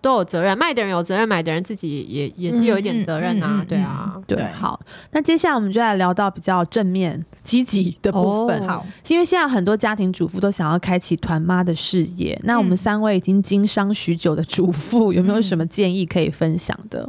[SPEAKER 2] 都有责任。卖的人有责任，买的人自己也也是有一点责任
[SPEAKER 4] 嗯嗯
[SPEAKER 2] 啊，
[SPEAKER 4] 嗯嗯
[SPEAKER 2] 对啊。
[SPEAKER 1] 对，好。那接下来我们就来聊到比较正面、积极的部分。
[SPEAKER 2] 哦
[SPEAKER 4] 好，
[SPEAKER 1] 因为现在很多家庭主妇都想要开启团妈的事业，那我们
[SPEAKER 4] 嗯
[SPEAKER 1] 三位已经经商许久的主妇，有没有
[SPEAKER 4] 嗯
[SPEAKER 1] 什么建议可以分享的？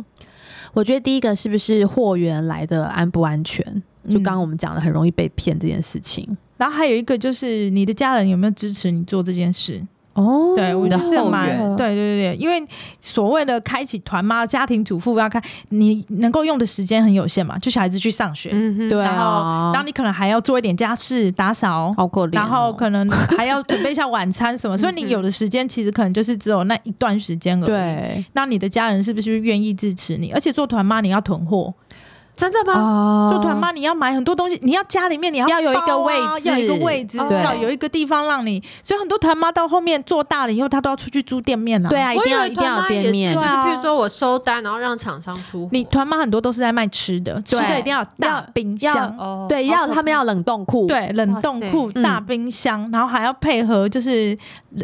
[SPEAKER 1] 我觉得第一个是不是货源来的安不安全？就刚刚我们讲的，很容易被骗这件事情。
[SPEAKER 3] 嗯然后还有一个就是你的家人有没有支持你做这件事？
[SPEAKER 1] 哦
[SPEAKER 3] 对，我觉得
[SPEAKER 2] 你的
[SPEAKER 3] 这
[SPEAKER 2] 后
[SPEAKER 3] 蛮
[SPEAKER 1] 援
[SPEAKER 3] 对对对对，因为所谓的开启团妈家庭主妇要看你能够用的时间很有限嘛，就小孩子去上学，
[SPEAKER 2] 嗯哼，
[SPEAKER 1] 对
[SPEAKER 3] 然后
[SPEAKER 1] 啊，
[SPEAKER 3] 然后你可能还要做一点家事、打扫。
[SPEAKER 1] 好可怜哦、嗯
[SPEAKER 3] 然后可能还要准备一下晚 餐什么，所以你有的时间其实可能就是只有那一段时间而已。，
[SPEAKER 1] 对
[SPEAKER 3] 那你的家人是不是愿意支持你？而且做团妈你要囤货，
[SPEAKER 2] 真的吗？
[SPEAKER 1] 啊
[SPEAKER 3] 做团妈你要买很多东西，你要家里面你要、啊
[SPEAKER 1] 要有一个位置
[SPEAKER 3] 要有一个位置，
[SPEAKER 2] 对
[SPEAKER 3] 要有一个地方让你。所以很多团妈到后面做大了以后，她都要出去租店面啊。
[SPEAKER 1] 对，啊，一
[SPEAKER 2] 我
[SPEAKER 1] 定
[SPEAKER 2] 以
[SPEAKER 1] 要
[SPEAKER 2] 为
[SPEAKER 1] 一定要有
[SPEAKER 2] 团妈也
[SPEAKER 1] 店
[SPEAKER 2] 是
[SPEAKER 1] 面，
[SPEAKER 2] 就是
[SPEAKER 3] 对啊
[SPEAKER 2] 譬如说我收单，然后让厂商出货。
[SPEAKER 3] 你团妈很多都是在卖吃的，吃
[SPEAKER 1] 对
[SPEAKER 3] 的一定要有大
[SPEAKER 1] 要
[SPEAKER 3] 冰箱。
[SPEAKER 2] 哦
[SPEAKER 1] 对，要他们要冷冻库，
[SPEAKER 3] 对，冷冻库、
[SPEAKER 1] 塞
[SPEAKER 3] 大
[SPEAKER 1] 嗯
[SPEAKER 3] 冰箱，然后还要配合，就是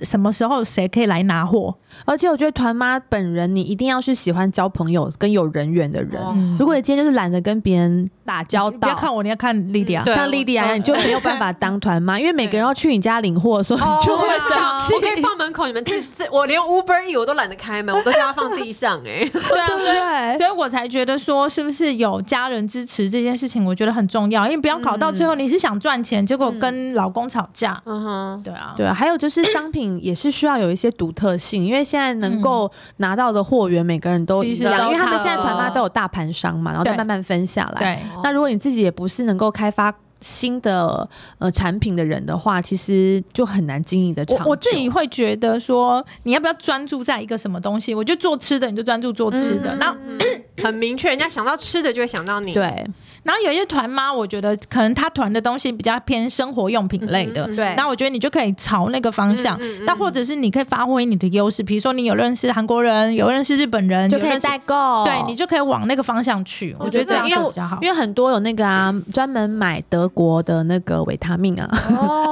[SPEAKER 3] 什么时候谁可以来拿货，
[SPEAKER 1] 而且我觉得团妈本人，你一定要是喜欢交朋友跟有人缘的人。
[SPEAKER 2] 哦
[SPEAKER 3] 嗯
[SPEAKER 1] 如果你今天就是懒得跟别人打交
[SPEAKER 3] 不要看
[SPEAKER 1] 道，
[SPEAKER 3] 我，你要看莉迪啊亚
[SPEAKER 2] 对。
[SPEAKER 1] 像莉迪亚一样，你就没有办法当团妈，因为每个人要去你家领货的时 候，你就会
[SPEAKER 2] 对
[SPEAKER 3] 哦
[SPEAKER 1] 生
[SPEAKER 2] 啊
[SPEAKER 1] 气。
[SPEAKER 2] 我可以放门口，你们这这，我连 Uber E 我都懒得开门，我都叫它放地上哎、
[SPEAKER 3] 对啊，
[SPEAKER 1] 对不对？
[SPEAKER 3] 所以我才觉得说，是不是有家人支持这件事情，我觉得很重要，因为不要搞到最后你是想赚钱，结果跟老公吵架。
[SPEAKER 2] 嗯哼，
[SPEAKER 3] 对啊，
[SPEAKER 1] 对，还有就是商品也是需要有一些独特性，因为现在能够拿到的货源，每个人都一
[SPEAKER 2] 其实
[SPEAKER 1] 样，
[SPEAKER 2] 都
[SPEAKER 1] 因为他们
[SPEAKER 2] 差
[SPEAKER 1] 现在
[SPEAKER 2] 不
[SPEAKER 1] 团妈
[SPEAKER 2] 多
[SPEAKER 1] 都有大盘商嘛，然后再
[SPEAKER 3] 对
[SPEAKER 1] 慢慢分下来。
[SPEAKER 3] 对，
[SPEAKER 1] 那如果你自己也不是能够开发新的呃产品的人的话，其实就很难经营的长久。
[SPEAKER 3] 我我自己会觉得说，你要不要专注在一个什么东西？我就做吃的，你就专注做吃的。
[SPEAKER 1] 嗯
[SPEAKER 3] 然后，
[SPEAKER 2] 很明确，人家想到吃的就会想到你。
[SPEAKER 1] 对
[SPEAKER 3] 然后有一些团妈，我觉得可能她团的东西比较偏生活用品类的
[SPEAKER 2] 嗯，
[SPEAKER 1] 对
[SPEAKER 3] 那我觉得你就可以朝那个方向。
[SPEAKER 2] 嗯嗯嗯
[SPEAKER 3] 那或者是你可以发挥你的优势，比如说你有认识韩国人，有认识日本人，
[SPEAKER 1] 就
[SPEAKER 3] 有
[SPEAKER 1] 可以
[SPEAKER 3] 认识
[SPEAKER 1] 代购，
[SPEAKER 3] 对你就可以往那个方向去。我觉得这样
[SPEAKER 1] 因为
[SPEAKER 3] 会
[SPEAKER 1] 我
[SPEAKER 3] 比较好。
[SPEAKER 1] 因为很多有那个啊，专门买德国的那个维他命啊，
[SPEAKER 2] 哦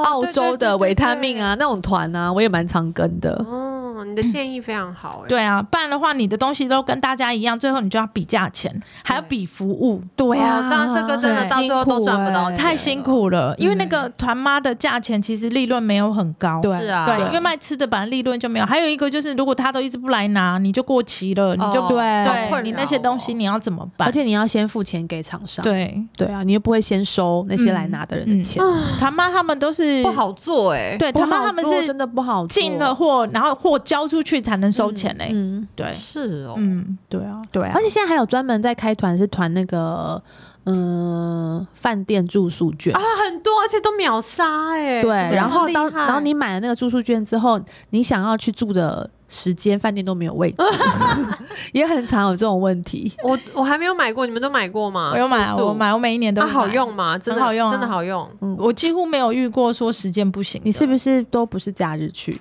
[SPEAKER 1] 澳洲的维他命啊，那种团啊，我也蛮常跟的。
[SPEAKER 2] 哦，你的建议非常好哎、
[SPEAKER 3] 对啊，不然的话，你的东西都跟大家一样，最后你就要比价钱，还要比服务。对
[SPEAKER 2] 哦，但这个真的
[SPEAKER 1] 对
[SPEAKER 2] 到最后都赚不到钱
[SPEAKER 3] 欸
[SPEAKER 2] 了，
[SPEAKER 3] 太辛苦了，因为那个团妈的价钱其实利润没有很高。
[SPEAKER 1] 对
[SPEAKER 2] 是啊，
[SPEAKER 3] 对，因为卖吃的本来利润就没有。还有一个就是，如果他都一直不来拿，你就过期了，你就
[SPEAKER 2] 哦
[SPEAKER 3] 不
[SPEAKER 2] 好
[SPEAKER 3] 对
[SPEAKER 2] 困扰
[SPEAKER 3] 你那些东西
[SPEAKER 2] 哦
[SPEAKER 3] 你要怎么办
[SPEAKER 1] 而？且你要先付钱给厂商，
[SPEAKER 3] 对，
[SPEAKER 1] 对啊，你又不会先收那
[SPEAKER 3] 嗯
[SPEAKER 1] 些来拿的人的钱，
[SPEAKER 3] 团妈他们都是
[SPEAKER 2] 不，好做哎、
[SPEAKER 3] 对
[SPEAKER 1] 不
[SPEAKER 3] 团
[SPEAKER 1] 好
[SPEAKER 3] 啊妈他们
[SPEAKER 1] 做
[SPEAKER 3] 是
[SPEAKER 1] 真的不好做
[SPEAKER 3] 进了，货，然后货交出去才能收钱嘞。
[SPEAKER 1] 嗯，
[SPEAKER 3] 对，
[SPEAKER 2] 是哦，
[SPEAKER 3] 嗯，
[SPEAKER 1] 对啊，
[SPEAKER 3] 对啊
[SPEAKER 1] 而。且现在还有专门在开团，是团那个嗯饭店住宿券
[SPEAKER 2] 啊，很多，而且都秒杀
[SPEAKER 1] 对，
[SPEAKER 2] 哎、这个
[SPEAKER 1] 然后
[SPEAKER 2] 很厉
[SPEAKER 1] 当
[SPEAKER 2] 害
[SPEAKER 1] 然后你买了那个住宿券之后，你想要去住的时间，饭店都没有 位置，也很常有这种问题。
[SPEAKER 2] 我我还没有买过，你们都买过吗？
[SPEAKER 3] 我有买啊，
[SPEAKER 2] 自助
[SPEAKER 3] 我，买，我每一年都
[SPEAKER 2] 啊，
[SPEAKER 3] 有
[SPEAKER 2] 好
[SPEAKER 3] 买
[SPEAKER 2] 用吗？真的
[SPEAKER 3] 很好用啊
[SPEAKER 2] 真的好用。
[SPEAKER 3] 我几乎没有遇过说时间不行的，
[SPEAKER 1] 你是不是都不是假日去？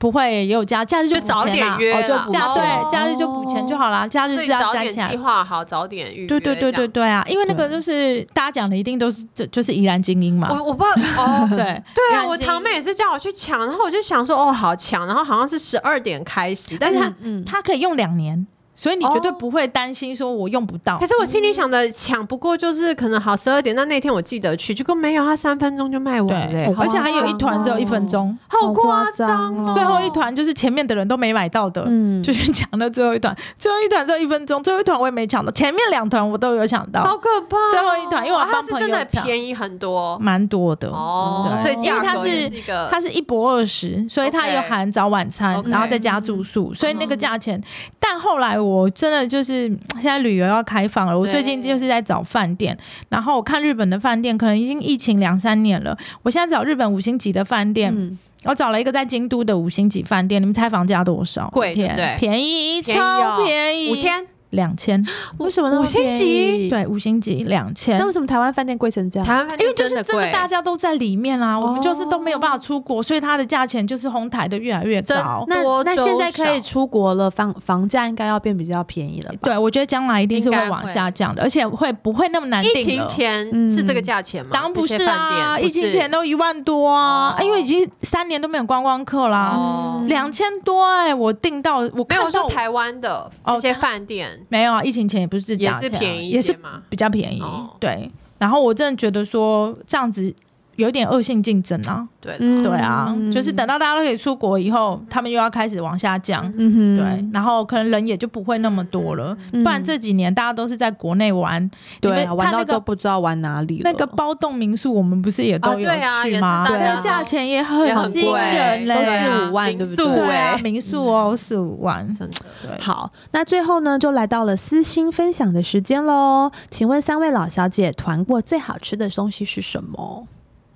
[SPEAKER 3] 不会也有假？假日
[SPEAKER 2] 就
[SPEAKER 3] 补
[SPEAKER 2] 早
[SPEAKER 3] 钱
[SPEAKER 2] 点
[SPEAKER 3] 啦
[SPEAKER 2] 约
[SPEAKER 1] 哦就
[SPEAKER 2] 啦
[SPEAKER 1] 补
[SPEAKER 3] 假
[SPEAKER 1] 哦
[SPEAKER 3] 对假日就补钱就好啦，假日
[SPEAKER 2] 所
[SPEAKER 3] 是
[SPEAKER 2] 以
[SPEAKER 3] 要
[SPEAKER 2] 早
[SPEAKER 3] 加起
[SPEAKER 2] 点计
[SPEAKER 3] 来。
[SPEAKER 2] 划好，早点预约。
[SPEAKER 3] 对对对对
[SPEAKER 2] 这样。
[SPEAKER 3] 对啊！因为那个
[SPEAKER 1] 对
[SPEAKER 3] 就是大家讲的，一定都是就就是宜兰精英嘛。
[SPEAKER 2] 我我不知道哦，
[SPEAKER 3] 对
[SPEAKER 2] 对
[SPEAKER 3] 宜
[SPEAKER 2] 啊，
[SPEAKER 3] 兰
[SPEAKER 2] 我
[SPEAKER 3] 精
[SPEAKER 2] 堂
[SPEAKER 3] 英
[SPEAKER 2] 妹也是叫我去抢，然后我就想说哦好抢，然后好像是十二点开始，
[SPEAKER 3] 哎
[SPEAKER 2] 但是她、
[SPEAKER 1] 嗯，
[SPEAKER 3] 它可以用两年，所以你绝对
[SPEAKER 2] 哦
[SPEAKER 3] 不会担心说我用不到
[SPEAKER 2] 可。是我心里想的抢不过就是可能好十二点，那那天我记得去，结果没有，她三分钟就卖
[SPEAKER 3] 对啊
[SPEAKER 2] 完了、，
[SPEAKER 3] 而且还有一团只有一分
[SPEAKER 1] 哦
[SPEAKER 3] 钟，
[SPEAKER 2] 好夸
[SPEAKER 1] 好夸张
[SPEAKER 2] 张
[SPEAKER 1] 哦
[SPEAKER 2] 哦。
[SPEAKER 3] 最后一团就是前面的人都没买到的，
[SPEAKER 1] 嗯
[SPEAKER 3] 呃就去抢了最后一团。最后一团只有一分钟，最后一团我也没抢到，前面两团我都有抢到。
[SPEAKER 2] 好可怕哦、
[SPEAKER 3] 最后一团因为我
[SPEAKER 2] 哦它
[SPEAKER 3] 帮
[SPEAKER 2] 是
[SPEAKER 3] 朋
[SPEAKER 2] 真
[SPEAKER 3] 友
[SPEAKER 2] 的
[SPEAKER 3] 抢
[SPEAKER 2] 便宜很多
[SPEAKER 3] 蛮多的
[SPEAKER 2] 哦，
[SPEAKER 3] 对
[SPEAKER 2] 所以
[SPEAKER 1] 因为
[SPEAKER 2] 价
[SPEAKER 3] 它
[SPEAKER 2] 格
[SPEAKER 3] 是
[SPEAKER 2] 也是一个
[SPEAKER 3] 它是一博二十，所以它
[SPEAKER 2] 呃 OK
[SPEAKER 3] 有含早晚餐
[SPEAKER 2] OK 嗯
[SPEAKER 3] 然后再加住宿，所以那个价钱。但后来我真的就是嗯现在旅游要开放了，我
[SPEAKER 2] 对
[SPEAKER 3] 最近就是在找饭店，然后我看日本的饭店，可能已经疫情两三年了，我现在找日本五星级的饭店，
[SPEAKER 1] 嗯
[SPEAKER 3] 我找了一个在京都的五星级饭店，你们猜房价多少？
[SPEAKER 2] 贵
[SPEAKER 3] 一天
[SPEAKER 2] 对不对
[SPEAKER 3] 便宜，
[SPEAKER 2] 便宜
[SPEAKER 3] 超
[SPEAKER 2] 哦
[SPEAKER 3] 便宜，
[SPEAKER 2] 五千
[SPEAKER 3] 两千，
[SPEAKER 1] 为什么那么
[SPEAKER 2] 五星
[SPEAKER 1] 便
[SPEAKER 2] 级
[SPEAKER 1] 宜？
[SPEAKER 3] 对，五星级两千
[SPEAKER 1] 那。为什么台湾饭店贵成这样？
[SPEAKER 2] 台湾饭
[SPEAKER 3] 因
[SPEAKER 2] 店
[SPEAKER 3] 为就是
[SPEAKER 2] 的
[SPEAKER 3] 真
[SPEAKER 2] 贵
[SPEAKER 3] 的，大家都在里面啦，我们就是都
[SPEAKER 1] 哦
[SPEAKER 3] 没有办法出国，所以它的价钱就是哄抬的越来越
[SPEAKER 2] 真
[SPEAKER 3] 高。
[SPEAKER 1] 那
[SPEAKER 2] 哦多
[SPEAKER 1] 那
[SPEAKER 2] 周
[SPEAKER 1] 现在可以
[SPEAKER 2] 少
[SPEAKER 1] 出国了，房房价应该要变比较便宜了吧？
[SPEAKER 3] 对，我觉得将来一定是
[SPEAKER 2] 应
[SPEAKER 3] 会
[SPEAKER 2] 该
[SPEAKER 3] 往
[SPEAKER 2] 会
[SPEAKER 3] 下降的，而且会不会那么难定
[SPEAKER 2] 疫情
[SPEAKER 3] 了
[SPEAKER 2] 前
[SPEAKER 1] 嗯
[SPEAKER 2] 是这个价钱吗？
[SPEAKER 3] 当然不
[SPEAKER 2] 这
[SPEAKER 3] 是
[SPEAKER 2] 些饭
[SPEAKER 3] 啊，
[SPEAKER 2] 店
[SPEAKER 3] 疫情前都一万多啊，
[SPEAKER 2] 哦
[SPEAKER 3] 因为已经三年都没有观光客啦，
[SPEAKER 2] 哦
[SPEAKER 1] 嗯
[SPEAKER 3] 两千、多哎、我订到我
[SPEAKER 2] 没
[SPEAKER 3] 看
[SPEAKER 2] 有
[SPEAKER 3] 到
[SPEAKER 2] 说台湾的
[SPEAKER 3] 哦
[SPEAKER 2] 这些饭店
[SPEAKER 3] 没有啊，疫情前也不是这
[SPEAKER 2] 也
[SPEAKER 3] 价
[SPEAKER 2] 是
[SPEAKER 3] 钱啊
[SPEAKER 2] 便宜一
[SPEAKER 3] 也
[SPEAKER 2] 些
[SPEAKER 3] 是
[SPEAKER 2] 嘛。
[SPEAKER 3] 比较便宜，
[SPEAKER 2] 哦
[SPEAKER 3] 对。然后我真的觉得说这样子有点恶性竞争啊，
[SPEAKER 2] 对啦，
[SPEAKER 1] 嗯
[SPEAKER 3] 对啊，就是等
[SPEAKER 1] 到
[SPEAKER 3] 到大家都可以出国以后，他们又要开始往下降，
[SPEAKER 1] 嗯哼
[SPEAKER 3] 对，然后可能人也就不会那么多了。
[SPEAKER 1] 嗯
[SPEAKER 3] 不然这几年大家都是在国内玩，你
[SPEAKER 1] 对
[SPEAKER 3] 们
[SPEAKER 1] 啊，玩
[SPEAKER 3] 看
[SPEAKER 1] 到
[SPEAKER 3] 那个
[SPEAKER 1] 都不知道玩哪里了
[SPEAKER 3] 那个包栋民宿，我们不是也都
[SPEAKER 2] 啊
[SPEAKER 3] 有
[SPEAKER 2] 对啊
[SPEAKER 3] 去
[SPEAKER 2] 也是
[SPEAKER 3] 吗？
[SPEAKER 2] 大
[SPEAKER 1] 家
[SPEAKER 3] 那价钱也很
[SPEAKER 2] 也很
[SPEAKER 3] 惊人
[SPEAKER 2] 贵，
[SPEAKER 3] 嘞，
[SPEAKER 1] 对啊45万
[SPEAKER 2] 民
[SPEAKER 1] 对不
[SPEAKER 2] 宿
[SPEAKER 1] 对
[SPEAKER 3] 对啊，
[SPEAKER 2] 哎，
[SPEAKER 3] 民宿哦，四五万，
[SPEAKER 2] 真的
[SPEAKER 3] 对，
[SPEAKER 1] 好，那最后呢，就来到了私心分享的时间喽。请问三位老小姐团过最好吃的东西是什么？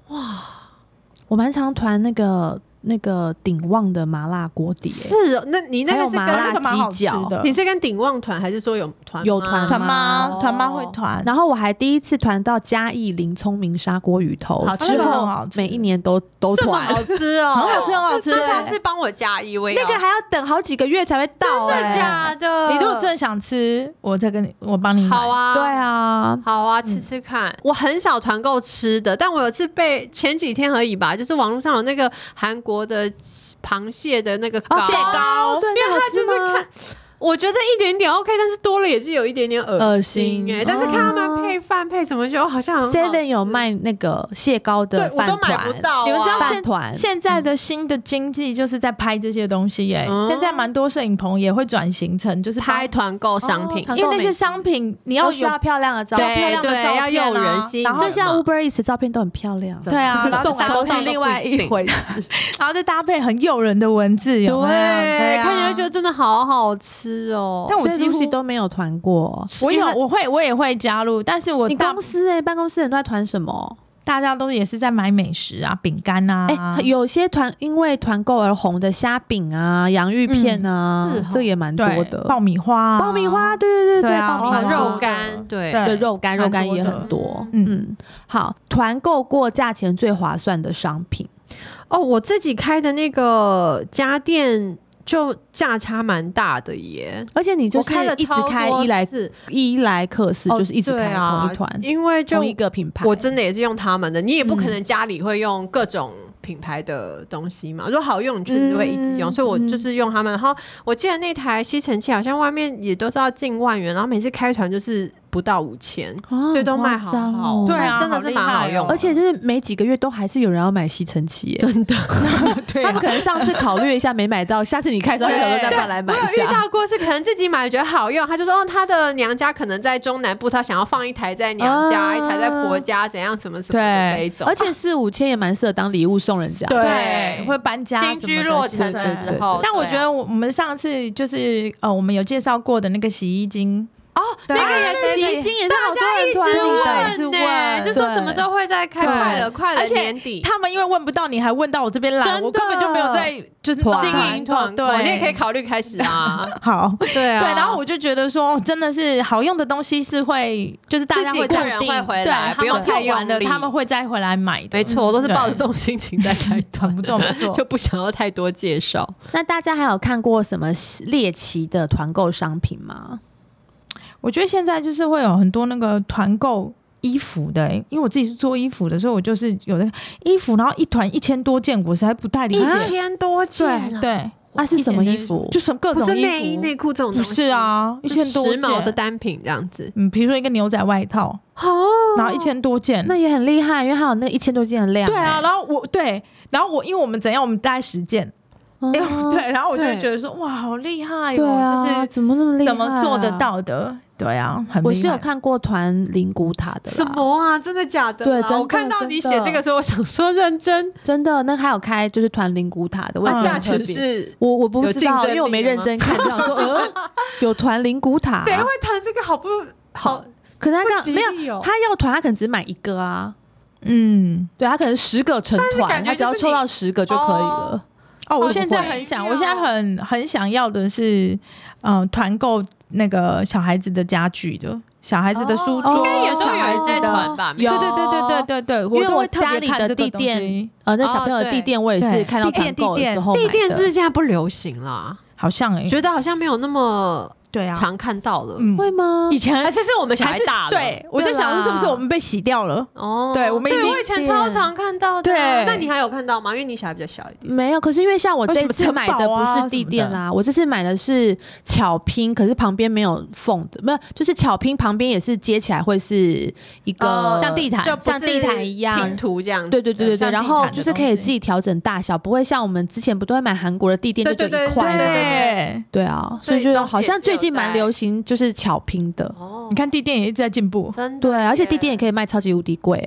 [SPEAKER 1] 哇，我蛮常团那个那个鼎旺的麻辣锅底、欸，
[SPEAKER 2] 是哦。那你那
[SPEAKER 1] 还
[SPEAKER 2] 个
[SPEAKER 1] 有
[SPEAKER 2] 是
[SPEAKER 1] 麻
[SPEAKER 2] 跟
[SPEAKER 3] 那个蛮
[SPEAKER 1] 辣
[SPEAKER 3] 好
[SPEAKER 1] 鸡
[SPEAKER 3] 吃
[SPEAKER 1] 脚
[SPEAKER 3] 的，
[SPEAKER 2] 你是跟鼎旺团还是说有团
[SPEAKER 1] 有
[SPEAKER 2] 吗
[SPEAKER 1] 团
[SPEAKER 3] 团
[SPEAKER 1] 哦
[SPEAKER 3] 妈，团妈会团，
[SPEAKER 1] 然后我还第一次团到嘉义林聪明砂锅鱼头，
[SPEAKER 2] 好吃
[SPEAKER 1] 之
[SPEAKER 2] 吗
[SPEAKER 1] 后
[SPEAKER 3] 很好吃
[SPEAKER 1] 每一年都都
[SPEAKER 2] 这么
[SPEAKER 1] 团，
[SPEAKER 2] 好吃哦，
[SPEAKER 3] 很好吃，很好吃。
[SPEAKER 2] 那下
[SPEAKER 3] 对
[SPEAKER 2] 次帮我加一哦位，
[SPEAKER 1] 那个还要等好几个月才会到、欸，
[SPEAKER 2] 真的假的？
[SPEAKER 3] 你如果真的想吃，我再跟你，我帮你买
[SPEAKER 2] 好，啊，
[SPEAKER 1] 对。啊，
[SPEAKER 2] 好啊，吃吃看。我很少团购吃的，但我有次被前几天而已吧，就是网络上有那个韩国的螃蟹的那个膏，
[SPEAKER 1] 哦蟹
[SPEAKER 3] 膏
[SPEAKER 1] 对，那好吃吗？
[SPEAKER 2] 我觉得一点点 OK，但是多了也是有一点点恶心哎、
[SPEAKER 1] 恶心
[SPEAKER 3] 欸
[SPEAKER 2] 但是看他
[SPEAKER 1] 哦
[SPEAKER 2] 们配饭配什么，就好像很好
[SPEAKER 1] Seven 有卖那个蟹膏的
[SPEAKER 2] 对我
[SPEAKER 1] 饭
[SPEAKER 2] 都买
[SPEAKER 1] 团，
[SPEAKER 2] 不到啊、
[SPEAKER 3] 你们知道
[SPEAKER 1] 饭
[SPEAKER 3] 现
[SPEAKER 1] 团
[SPEAKER 3] 现在的新的经济就是在拍这些东西耶
[SPEAKER 2] 嗯，
[SPEAKER 3] 现在蛮多摄影棚也会转型成就是帮
[SPEAKER 2] 拍，团购商品，
[SPEAKER 1] 哦团
[SPEAKER 3] 因为那些商品你
[SPEAKER 1] 要
[SPEAKER 3] 要
[SPEAKER 1] 需
[SPEAKER 3] 有
[SPEAKER 1] 要漂亮的照
[SPEAKER 2] 对
[SPEAKER 1] 片，
[SPEAKER 3] 漂亮的
[SPEAKER 2] 对
[SPEAKER 3] 照片啊
[SPEAKER 2] 要诱人吸引人嘛，
[SPEAKER 1] 然后像 Uber Eats 照片都很漂亮，
[SPEAKER 2] 对
[SPEAKER 3] 对 啊，然后
[SPEAKER 1] 送
[SPEAKER 3] 再
[SPEAKER 1] 来
[SPEAKER 3] 搭
[SPEAKER 1] 都是
[SPEAKER 3] 配
[SPEAKER 1] 另外一回事。
[SPEAKER 3] 然后再搭配很诱人的文字，有没有？
[SPEAKER 2] 对，
[SPEAKER 3] 啊
[SPEAKER 2] 看起来觉得真的好好吃 哦。
[SPEAKER 3] 但我
[SPEAKER 1] 所以
[SPEAKER 3] 几乎
[SPEAKER 1] Lucy 都没有团过。
[SPEAKER 3] 我有，我会，我也会加入，但是我
[SPEAKER 1] 你
[SPEAKER 3] 大
[SPEAKER 1] 公司哎、办公室人都在团什么？
[SPEAKER 3] 大家都也是在买美食啊，饼干啊，
[SPEAKER 1] 哎、有些团因为团购而红的虾饼啊、洋芋片啊，
[SPEAKER 2] 嗯是哦
[SPEAKER 1] 这也蛮多
[SPEAKER 3] 对
[SPEAKER 1] 的。
[SPEAKER 3] 爆米花啊，
[SPEAKER 1] 爆米花，对对对
[SPEAKER 3] 对啊
[SPEAKER 1] 爆
[SPEAKER 2] 哦
[SPEAKER 1] 米花
[SPEAKER 2] 肉干，对
[SPEAKER 3] 对
[SPEAKER 1] 对肉干，肉
[SPEAKER 3] 蛮
[SPEAKER 1] 干
[SPEAKER 3] 多
[SPEAKER 1] 也
[SPEAKER 3] 的
[SPEAKER 1] 很多。
[SPEAKER 3] 嗯
[SPEAKER 1] 嗯，好，团购过价钱最划算的商品。
[SPEAKER 2] 哦，我自己开的那个家电就价差蛮大的耶。
[SPEAKER 1] 而且你就
[SPEAKER 2] 我
[SPEAKER 1] 是
[SPEAKER 2] 开了
[SPEAKER 1] 一直
[SPEAKER 2] 超
[SPEAKER 1] 开
[SPEAKER 2] 多
[SPEAKER 1] 伊莱
[SPEAKER 2] 次
[SPEAKER 1] 伊莱克斯，
[SPEAKER 2] 哦
[SPEAKER 1] 就是一直
[SPEAKER 2] 对
[SPEAKER 1] 开
[SPEAKER 2] 啊
[SPEAKER 1] 同一团、
[SPEAKER 2] 因为就
[SPEAKER 1] 同一个品牌。
[SPEAKER 2] 我真的也是用他们的，你也不可
[SPEAKER 1] 嗯
[SPEAKER 2] 能家里会用各种品牌的东西嘛。如果好用，你确实会一直用，
[SPEAKER 1] 嗯
[SPEAKER 2] 所以我
[SPEAKER 1] 嗯
[SPEAKER 2] 就是用他们。然后我记得那台吸尘器好像外面也都知道近万元，然后每次开团就是不到五千，
[SPEAKER 1] 啊
[SPEAKER 2] 所以都卖好
[SPEAKER 1] 夸张哦
[SPEAKER 2] 好，
[SPEAKER 3] 对啊
[SPEAKER 2] 那真的是蛮好哦用的，
[SPEAKER 1] 而且就是每几个月都还是有人要买吸尘器耶，
[SPEAKER 2] 真的。
[SPEAKER 3] 对
[SPEAKER 1] 他
[SPEAKER 3] 啊
[SPEAKER 1] 们可能上次考虑一下没买到，下次你开的时候
[SPEAKER 3] 对
[SPEAKER 1] 想说再过来买
[SPEAKER 2] 我
[SPEAKER 1] 一
[SPEAKER 2] 有遇
[SPEAKER 1] 下。
[SPEAKER 2] 到过是可能自己买觉得好用，他就说哦，他的娘家可能在中南部，他想要放一台在娘家，
[SPEAKER 1] 啊
[SPEAKER 2] 一台在婆家，怎样什么什么的
[SPEAKER 3] 对
[SPEAKER 2] 这一种。
[SPEAKER 1] 而且四五千也蛮适合当礼物送人家。
[SPEAKER 3] 对，会搬家，
[SPEAKER 2] 新居落成的
[SPEAKER 3] 对对
[SPEAKER 2] 时候，
[SPEAKER 3] 但我觉
[SPEAKER 2] 对啊
[SPEAKER 3] 得我我们上次就是呃，我们有介绍过的那个洗衣精哦，
[SPEAKER 1] 对
[SPEAKER 2] 那个也是
[SPEAKER 1] 洗衣精也是好多人
[SPEAKER 2] 一直
[SPEAKER 1] 团
[SPEAKER 3] 问
[SPEAKER 1] 里的，
[SPEAKER 2] 呢、
[SPEAKER 3] 对
[SPEAKER 2] 就说什么时候会再开？
[SPEAKER 3] 对
[SPEAKER 2] 快了，快了，
[SPEAKER 3] 而且
[SPEAKER 2] 年底。
[SPEAKER 3] 他们因为问不到你，还问到我这边来，
[SPEAKER 2] 真的
[SPEAKER 3] 我根本就没有在就是
[SPEAKER 1] 团
[SPEAKER 2] 经
[SPEAKER 3] 经
[SPEAKER 2] 营
[SPEAKER 3] 营
[SPEAKER 2] 团购，
[SPEAKER 3] 哦对，
[SPEAKER 2] 你也可以考虑开始啊。
[SPEAKER 3] 好。
[SPEAKER 2] 对啊
[SPEAKER 3] 对，然后我就觉得说，真的是好用的东西是会，就是大家
[SPEAKER 2] 自己
[SPEAKER 3] 会
[SPEAKER 2] 个
[SPEAKER 3] 再
[SPEAKER 2] 人
[SPEAKER 3] 定
[SPEAKER 2] 会回
[SPEAKER 3] 对
[SPEAKER 2] 来，不
[SPEAKER 3] 他
[SPEAKER 2] 用
[SPEAKER 3] 们
[SPEAKER 2] 太
[SPEAKER 3] 用完
[SPEAKER 2] 用
[SPEAKER 3] 了，
[SPEAKER 2] 力。
[SPEAKER 3] 他们会再回来买的。嗯
[SPEAKER 2] 没错，我都是抱着
[SPEAKER 3] 对
[SPEAKER 2] 这种心情在开团，
[SPEAKER 3] 很不错，不错，
[SPEAKER 2] 就不想要太多介绍。
[SPEAKER 1] 那大家还有看过什么猎奇的团购商品吗？
[SPEAKER 3] 我觉得现在就是会有很多那个团购衣服的、欸，因为我自己是做衣服的，所以我就是有的衣服，然后一团一千多件，我实在不太理解。
[SPEAKER 2] 千多
[SPEAKER 3] 对对，
[SPEAKER 1] 啊，是什么衣服？
[SPEAKER 3] 就是各
[SPEAKER 2] 不
[SPEAKER 3] 种
[SPEAKER 2] 是
[SPEAKER 3] 衣服，
[SPEAKER 2] 内衣内裤这种
[SPEAKER 3] 不
[SPEAKER 2] 东西，
[SPEAKER 3] 是，啊，一
[SPEAKER 2] 一
[SPEAKER 3] 千
[SPEAKER 2] 千
[SPEAKER 3] 多
[SPEAKER 2] 多时
[SPEAKER 3] 件
[SPEAKER 2] 髦的单品这样子。
[SPEAKER 3] 嗯，比如说一个牛仔外套，
[SPEAKER 2] 哦，
[SPEAKER 3] 然后一千多件，
[SPEAKER 1] 哦那也很厉害，因为还有那一千多件的量、
[SPEAKER 3] 对啊，
[SPEAKER 1] 哎，
[SPEAKER 3] 然后我对，然后我因为我们怎样，我们大概十件，
[SPEAKER 1] 嗯
[SPEAKER 3] 因为 对，然后我就会
[SPEAKER 2] 哎对
[SPEAKER 3] 觉得说哇，好厉害
[SPEAKER 1] 对
[SPEAKER 3] 哦，
[SPEAKER 1] 啊，
[SPEAKER 3] 就
[SPEAKER 1] 怎么那么
[SPEAKER 3] 是
[SPEAKER 1] 厉害、啊
[SPEAKER 3] 怎么做得？到的？对啊，很
[SPEAKER 1] 我
[SPEAKER 3] 厉
[SPEAKER 1] 是有
[SPEAKER 3] 害
[SPEAKER 1] 看过团灵骨塔的啦，
[SPEAKER 2] 什么啊？真的假的啦？嗯
[SPEAKER 1] 对真的
[SPEAKER 2] 我看到你
[SPEAKER 1] 真
[SPEAKER 2] 写
[SPEAKER 1] 的
[SPEAKER 2] 这个时候，我想说认真，
[SPEAKER 1] 真的，那还有开就是团灵骨塔的，我也觉
[SPEAKER 3] 嗯
[SPEAKER 1] 得
[SPEAKER 2] 价
[SPEAKER 1] 很特
[SPEAKER 2] 钱
[SPEAKER 1] 别
[SPEAKER 2] 是
[SPEAKER 1] 我我不
[SPEAKER 2] 有
[SPEAKER 1] 知
[SPEAKER 2] 竞
[SPEAKER 1] 道，
[SPEAKER 2] 争
[SPEAKER 1] 因为我
[SPEAKER 2] 力
[SPEAKER 1] 没
[SPEAKER 2] 的
[SPEAKER 1] 认
[SPEAKER 2] 吗
[SPEAKER 1] 真看，这样 说，呃，有团灵骨塔，啊
[SPEAKER 2] 谁会谈这个？好不好？
[SPEAKER 1] 可能他
[SPEAKER 2] 不吉
[SPEAKER 1] 刚没
[SPEAKER 2] 利
[SPEAKER 1] 有
[SPEAKER 2] 哦，
[SPEAKER 1] 他要团，他可能只买一个啊，
[SPEAKER 3] 嗯，
[SPEAKER 1] 对他可能十个成
[SPEAKER 2] 但是
[SPEAKER 1] 团，
[SPEAKER 2] 感觉
[SPEAKER 1] 他只要
[SPEAKER 2] 就是
[SPEAKER 1] 抽
[SPEAKER 2] 你
[SPEAKER 1] 到十个就可以
[SPEAKER 2] 哦
[SPEAKER 1] 了。
[SPEAKER 3] 哦，我
[SPEAKER 2] 会
[SPEAKER 3] 现
[SPEAKER 2] 不
[SPEAKER 3] 在
[SPEAKER 2] 会
[SPEAKER 3] 很想，
[SPEAKER 2] 要
[SPEAKER 3] 我现在很很想要的是，嗯、团购那个小孩子的家具的，小孩子的书桌，
[SPEAKER 2] 应该也都
[SPEAKER 3] 小孩
[SPEAKER 2] 有
[SPEAKER 3] 子
[SPEAKER 2] 人在
[SPEAKER 3] 的
[SPEAKER 2] 团吧？
[SPEAKER 3] 对对对对对对对，我
[SPEAKER 4] 因为
[SPEAKER 3] 都
[SPEAKER 4] 我
[SPEAKER 3] 会特别
[SPEAKER 4] 家里
[SPEAKER 3] 看
[SPEAKER 4] 的
[SPEAKER 3] 这个
[SPEAKER 4] 地
[SPEAKER 3] 东
[SPEAKER 4] 垫
[SPEAKER 3] 西
[SPEAKER 4] 呃，那
[SPEAKER 2] 哦
[SPEAKER 4] 小朋友的
[SPEAKER 2] 对
[SPEAKER 4] 地垫我也
[SPEAKER 3] 对
[SPEAKER 4] 是看到
[SPEAKER 3] 地
[SPEAKER 4] 团
[SPEAKER 3] 垫
[SPEAKER 4] 购
[SPEAKER 3] 地
[SPEAKER 4] 的时
[SPEAKER 3] 垫
[SPEAKER 4] 候
[SPEAKER 2] 地
[SPEAKER 4] 买
[SPEAKER 2] 垫是不是
[SPEAKER 4] 的，
[SPEAKER 2] 现在不流行了？
[SPEAKER 3] 好像哎、
[SPEAKER 2] 觉得好像没有那么
[SPEAKER 3] 对啊，
[SPEAKER 2] 常看到了。
[SPEAKER 3] 嗯，
[SPEAKER 1] 会吗？
[SPEAKER 3] 以前
[SPEAKER 2] 还是是我们小
[SPEAKER 3] 还
[SPEAKER 2] 孩
[SPEAKER 3] 是
[SPEAKER 2] 大了，
[SPEAKER 3] 对，我在
[SPEAKER 1] 对
[SPEAKER 3] 想
[SPEAKER 1] 啦
[SPEAKER 3] 是不是我们被洗掉了？
[SPEAKER 2] 哦，
[SPEAKER 3] 对我们已经
[SPEAKER 2] 我以前超常看到的
[SPEAKER 3] 对
[SPEAKER 2] 啊。那你还有看到吗？因为你小孩比较小一点。
[SPEAKER 1] 没有，可是因为像我
[SPEAKER 3] 还有
[SPEAKER 1] 这
[SPEAKER 3] 什么
[SPEAKER 1] 次
[SPEAKER 3] 城
[SPEAKER 1] 买的
[SPEAKER 3] 堡
[SPEAKER 1] 不
[SPEAKER 3] 啊
[SPEAKER 1] 是地
[SPEAKER 3] 什么
[SPEAKER 1] 垫
[SPEAKER 3] 的
[SPEAKER 1] 啦、我这次买的是巧拼，可是旁边没有缝的，不是就是巧拼旁边也是接起来会是一个、
[SPEAKER 2] 哦像
[SPEAKER 3] 地毯
[SPEAKER 2] 就不
[SPEAKER 1] 啊像
[SPEAKER 2] 是
[SPEAKER 1] 地毯一样
[SPEAKER 2] 拼。图这样子。
[SPEAKER 1] 对对对对
[SPEAKER 3] 像
[SPEAKER 1] 对，然
[SPEAKER 3] 地
[SPEAKER 1] 后
[SPEAKER 3] 毯的
[SPEAKER 1] 就是可以
[SPEAKER 3] 东西
[SPEAKER 1] 自己调整大小，不会像我们之前不都会买韩国的地垫就
[SPEAKER 2] 对
[SPEAKER 1] 只有
[SPEAKER 2] 对
[SPEAKER 1] 一
[SPEAKER 2] 对
[SPEAKER 1] 块
[SPEAKER 2] 对
[SPEAKER 1] 吗？
[SPEAKER 3] 对，
[SPEAKER 1] 对啊，
[SPEAKER 2] 所
[SPEAKER 1] 所
[SPEAKER 2] 以
[SPEAKER 1] 以觉
[SPEAKER 2] 东
[SPEAKER 1] 得
[SPEAKER 2] 西
[SPEAKER 1] 好
[SPEAKER 2] 也
[SPEAKER 1] 像
[SPEAKER 2] 是
[SPEAKER 1] 最
[SPEAKER 2] 有
[SPEAKER 1] 近蛮
[SPEAKER 2] 在
[SPEAKER 1] 流行就是巧拼的，
[SPEAKER 2] 哦
[SPEAKER 3] 你，看地垫也一直在进步，
[SPEAKER 2] 真的
[SPEAKER 1] 对，啊而且
[SPEAKER 2] 耶
[SPEAKER 1] 地垫也可以卖超级无敌贵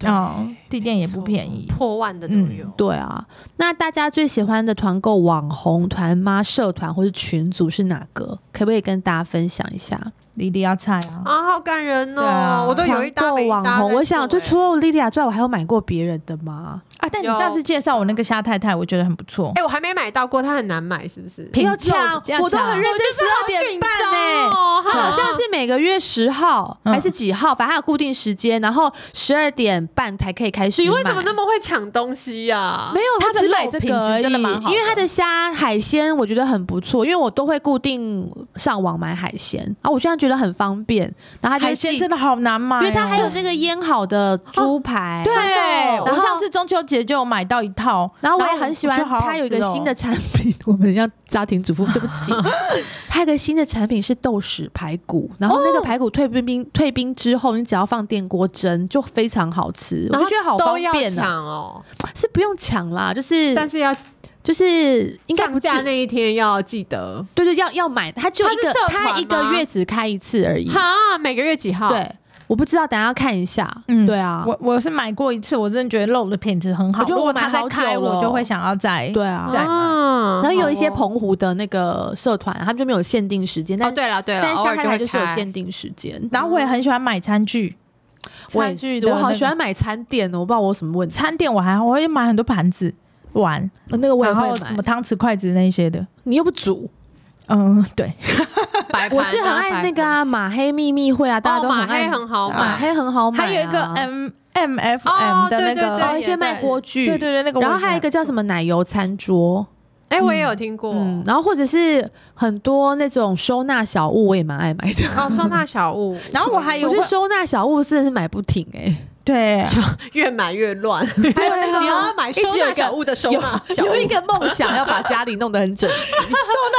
[SPEAKER 1] 欸、
[SPEAKER 3] 哦，地垫也不便宜。
[SPEAKER 2] 破万的都有。
[SPEAKER 1] 对啊，那大家最喜欢的团购网红、团妈、社团或是群组是哪个？可不可以跟大家分享一下？
[SPEAKER 3] 莉莉要菜啊，
[SPEAKER 2] 啊，好感人
[SPEAKER 3] 对啊
[SPEAKER 2] 哦！我都有一搭
[SPEAKER 1] 团
[SPEAKER 2] 没
[SPEAKER 1] 购
[SPEAKER 2] 一搭
[SPEAKER 1] 网
[SPEAKER 2] 在做。
[SPEAKER 1] 红，我想就
[SPEAKER 2] 哎
[SPEAKER 1] 除了我莉莉亚之外，我还有买过别人的吗？
[SPEAKER 3] 啊！但你
[SPEAKER 2] 有
[SPEAKER 3] 上次介绍我那个虾太太，我觉得很不错。
[SPEAKER 2] 哎，我还没买到过，它很难买，是不是？
[SPEAKER 1] 不要
[SPEAKER 3] 拼凑
[SPEAKER 1] 抢
[SPEAKER 3] 这样，
[SPEAKER 1] 我都
[SPEAKER 3] 抢
[SPEAKER 1] 很认真，十二点半呢、
[SPEAKER 2] 哦，
[SPEAKER 1] 它欸好像是每个月十号
[SPEAKER 3] 嗯
[SPEAKER 1] 还是几号，反正它有固定时间，然后十二点半才可以开始买。
[SPEAKER 2] 你为什么那么会抢东西啊呀？
[SPEAKER 1] 没有，
[SPEAKER 3] 它
[SPEAKER 1] 我
[SPEAKER 3] 的
[SPEAKER 1] 只
[SPEAKER 3] 肉
[SPEAKER 1] 买这
[SPEAKER 3] 品质
[SPEAKER 1] 个而已，
[SPEAKER 3] 真的蛮好
[SPEAKER 1] 因为
[SPEAKER 3] 的
[SPEAKER 1] 它的虾海鲜我觉得很不错，因为我都会固定上网买海鲜啊，我现在觉得很方便。然后它就
[SPEAKER 3] 海
[SPEAKER 1] 会
[SPEAKER 3] 鲜
[SPEAKER 1] 寄
[SPEAKER 3] 真的好难买哦，
[SPEAKER 1] 因为它还有那个腌好的猪排，
[SPEAKER 3] 对，
[SPEAKER 1] 然
[SPEAKER 3] 我
[SPEAKER 1] 后
[SPEAKER 3] 上次中秋节就有买到一套，
[SPEAKER 1] 然后我也很喜欢
[SPEAKER 3] 我就好好
[SPEAKER 1] 它有一个
[SPEAKER 3] 吃哦
[SPEAKER 1] 新的产品，我们像家庭主妇，对不起， 它有一个新的产品是豆豉排骨，然后那个排骨退冰冰退冰之后，你只要放电锅蒸就非常好吃，我
[SPEAKER 2] 然
[SPEAKER 1] 就
[SPEAKER 2] 后
[SPEAKER 1] 觉得好
[SPEAKER 2] 都
[SPEAKER 1] 方
[SPEAKER 2] 要
[SPEAKER 1] 便啊，
[SPEAKER 2] 抢哦，
[SPEAKER 1] 是不用抢啦，就是
[SPEAKER 2] 但是要
[SPEAKER 1] 就是应该不
[SPEAKER 2] 上架
[SPEAKER 1] 是
[SPEAKER 2] 那一天要记得。
[SPEAKER 1] 对对，要要买，它就
[SPEAKER 2] 它
[SPEAKER 1] 一
[SPEAKER 2] 是
[SPEAKER 1] 个
[SPEAKER 2] 社，团
[SPEAKER 1] 它一个
[SPEAKER 2] 吗
[SPEAKER 1] 月只开一次而已。
[SPEAKER 2] 哈，每个月几号？，
[SPEAKER 1] 对，我不知道，等下要看一下。
[SPEAKER 3] 嗯
[SPEAKER 1] 对啊，
[SPEAKER 3] 我我是买过一次，我真的觉得肉的品质很好。
[SPEAKER 1] 我觉得
[SPEAKER 3] 如
[SPEAKER 1] 我
[SPEAKER 3] 果
[SPEAKER 1] 买
[SPEAKER 3] 它在
[SPEAKER 1] 好久
[SPEAKER 3] 开，
[SPEAKER 1] 了
[SPEAKER 3] 我就会想要再
[SPEAKER 1] 对啊
[SPEAKER 3] 再买。
[SPEAKER 2] 啊
[SPEAKER 1] 然后有一些
[SPEAKER 2] 好哦
[SPEAKER 1] 澎湖的那个社团，啊他们就没有限定时间，
[SPEAKER 2] 哦，
[SPEAKER 1] 但
[SPEAKER 2] 对了对了，
[SPEAKER 1] 但
[SPEAKER 2] 偶
[SPEAKER 1] 夏
[SPEAKER 2] 尔
[SPEAKER 1] 太太
[SPEAKER 2] 会
[SPEAKER 1] 就是有
[SPEAKER 2] 开
[SPEAKER 1] 限定时间。
[SPEAKER 3] 然后我也很喜欢买餐具，
[SPEAKER 1] 我也
[SPEAKER 3] 餐具
[SPEAKER 1] 是
[SPEAKER 3] 的
[SPEAKER 1] 我好
[SPEAKER 3] 那个
[SPEAKER 1] 喜欢买餐点哦，我不知道我有什么问题。
[SPEAKER 3] 餐点我还好，我会买很多盘子、碗，
[SPEAKER 1] 呃那个我也
[SPEAKER 3] 然后
[SPEAKER 1] 会
[SPEAKER 3] 什
[SPEAKER 1] 买
[SPEAKER 3] 么，汤匙、筷子那些的。
[SPEAKER 1] 你又不煮，
[SPEAKER 3] 嗯，对，
[SPEAKER 2] 白
[SPEAKER 1] 我
[SPEAKER 2] 盘
[SPEAKER 1] 是很
[SPEAKER 2] 啊
[SPEAKER 1] 爱
[SPEAKER 2] 白
[SPEAKER 1] 那个
[SPEAKER 2] 盘
[SPEAKER 1] 啊马黑秘密会啊，大家
[SPEAKER 2] 哦
[SPEAKER 1] 都
[SPEAKER 2] 马
[SPEAKER 1] 很爱
[SPEAKER 2] 黑很好
[SPEAKER 3] 买
[SPEAKER 1] 马黑很好买啊，
[SPEAKER 3] 还有一个呃 M M F
[SPEAKER 2] 哦
[SPEAKER 3] M 的那个，
[SPEAKER 2] 对对
[SPEAKER 1] 哦
[SPEAKER 3] Oh 哦
[SPEAKER 1] 一些
[SPEAKER 2] 也
[SPEAKER 1] 卖
[SPEAKER 2] 在
[SPEAKER 1] 锅具，
[SPEAKER 3] 对对对，那个我也
[SPEAKER 1] 然
[SPEAKER 3] 买。
[SPEAKER 1] 后还有一个叫什么奶油餐桌，
[SPEAKER 2] 哎，我也有听过。
[SPEAKER 1] 嗯，然后或者是很多那种收纳小物，我也蛮爱买的。
[SPEAKER 2] 哦，收纳 小物，
[SPEAKER 3] 然后我还有
[SPEAKER 1] 我觉得收纳小物真的是买不停哎、
[SPEAKER 3] 对，
[SPEAKER 2] 越买越 乱，还有那个你要买
[SPEAKER 1] 直有
[SPEAKER 2] 收纳
[SPEAKER 1] 一个
[SPEAKER 2] 小物的收纳小物
[SPEAKER 1] 有，一个梦想要把家里弄得很整齐。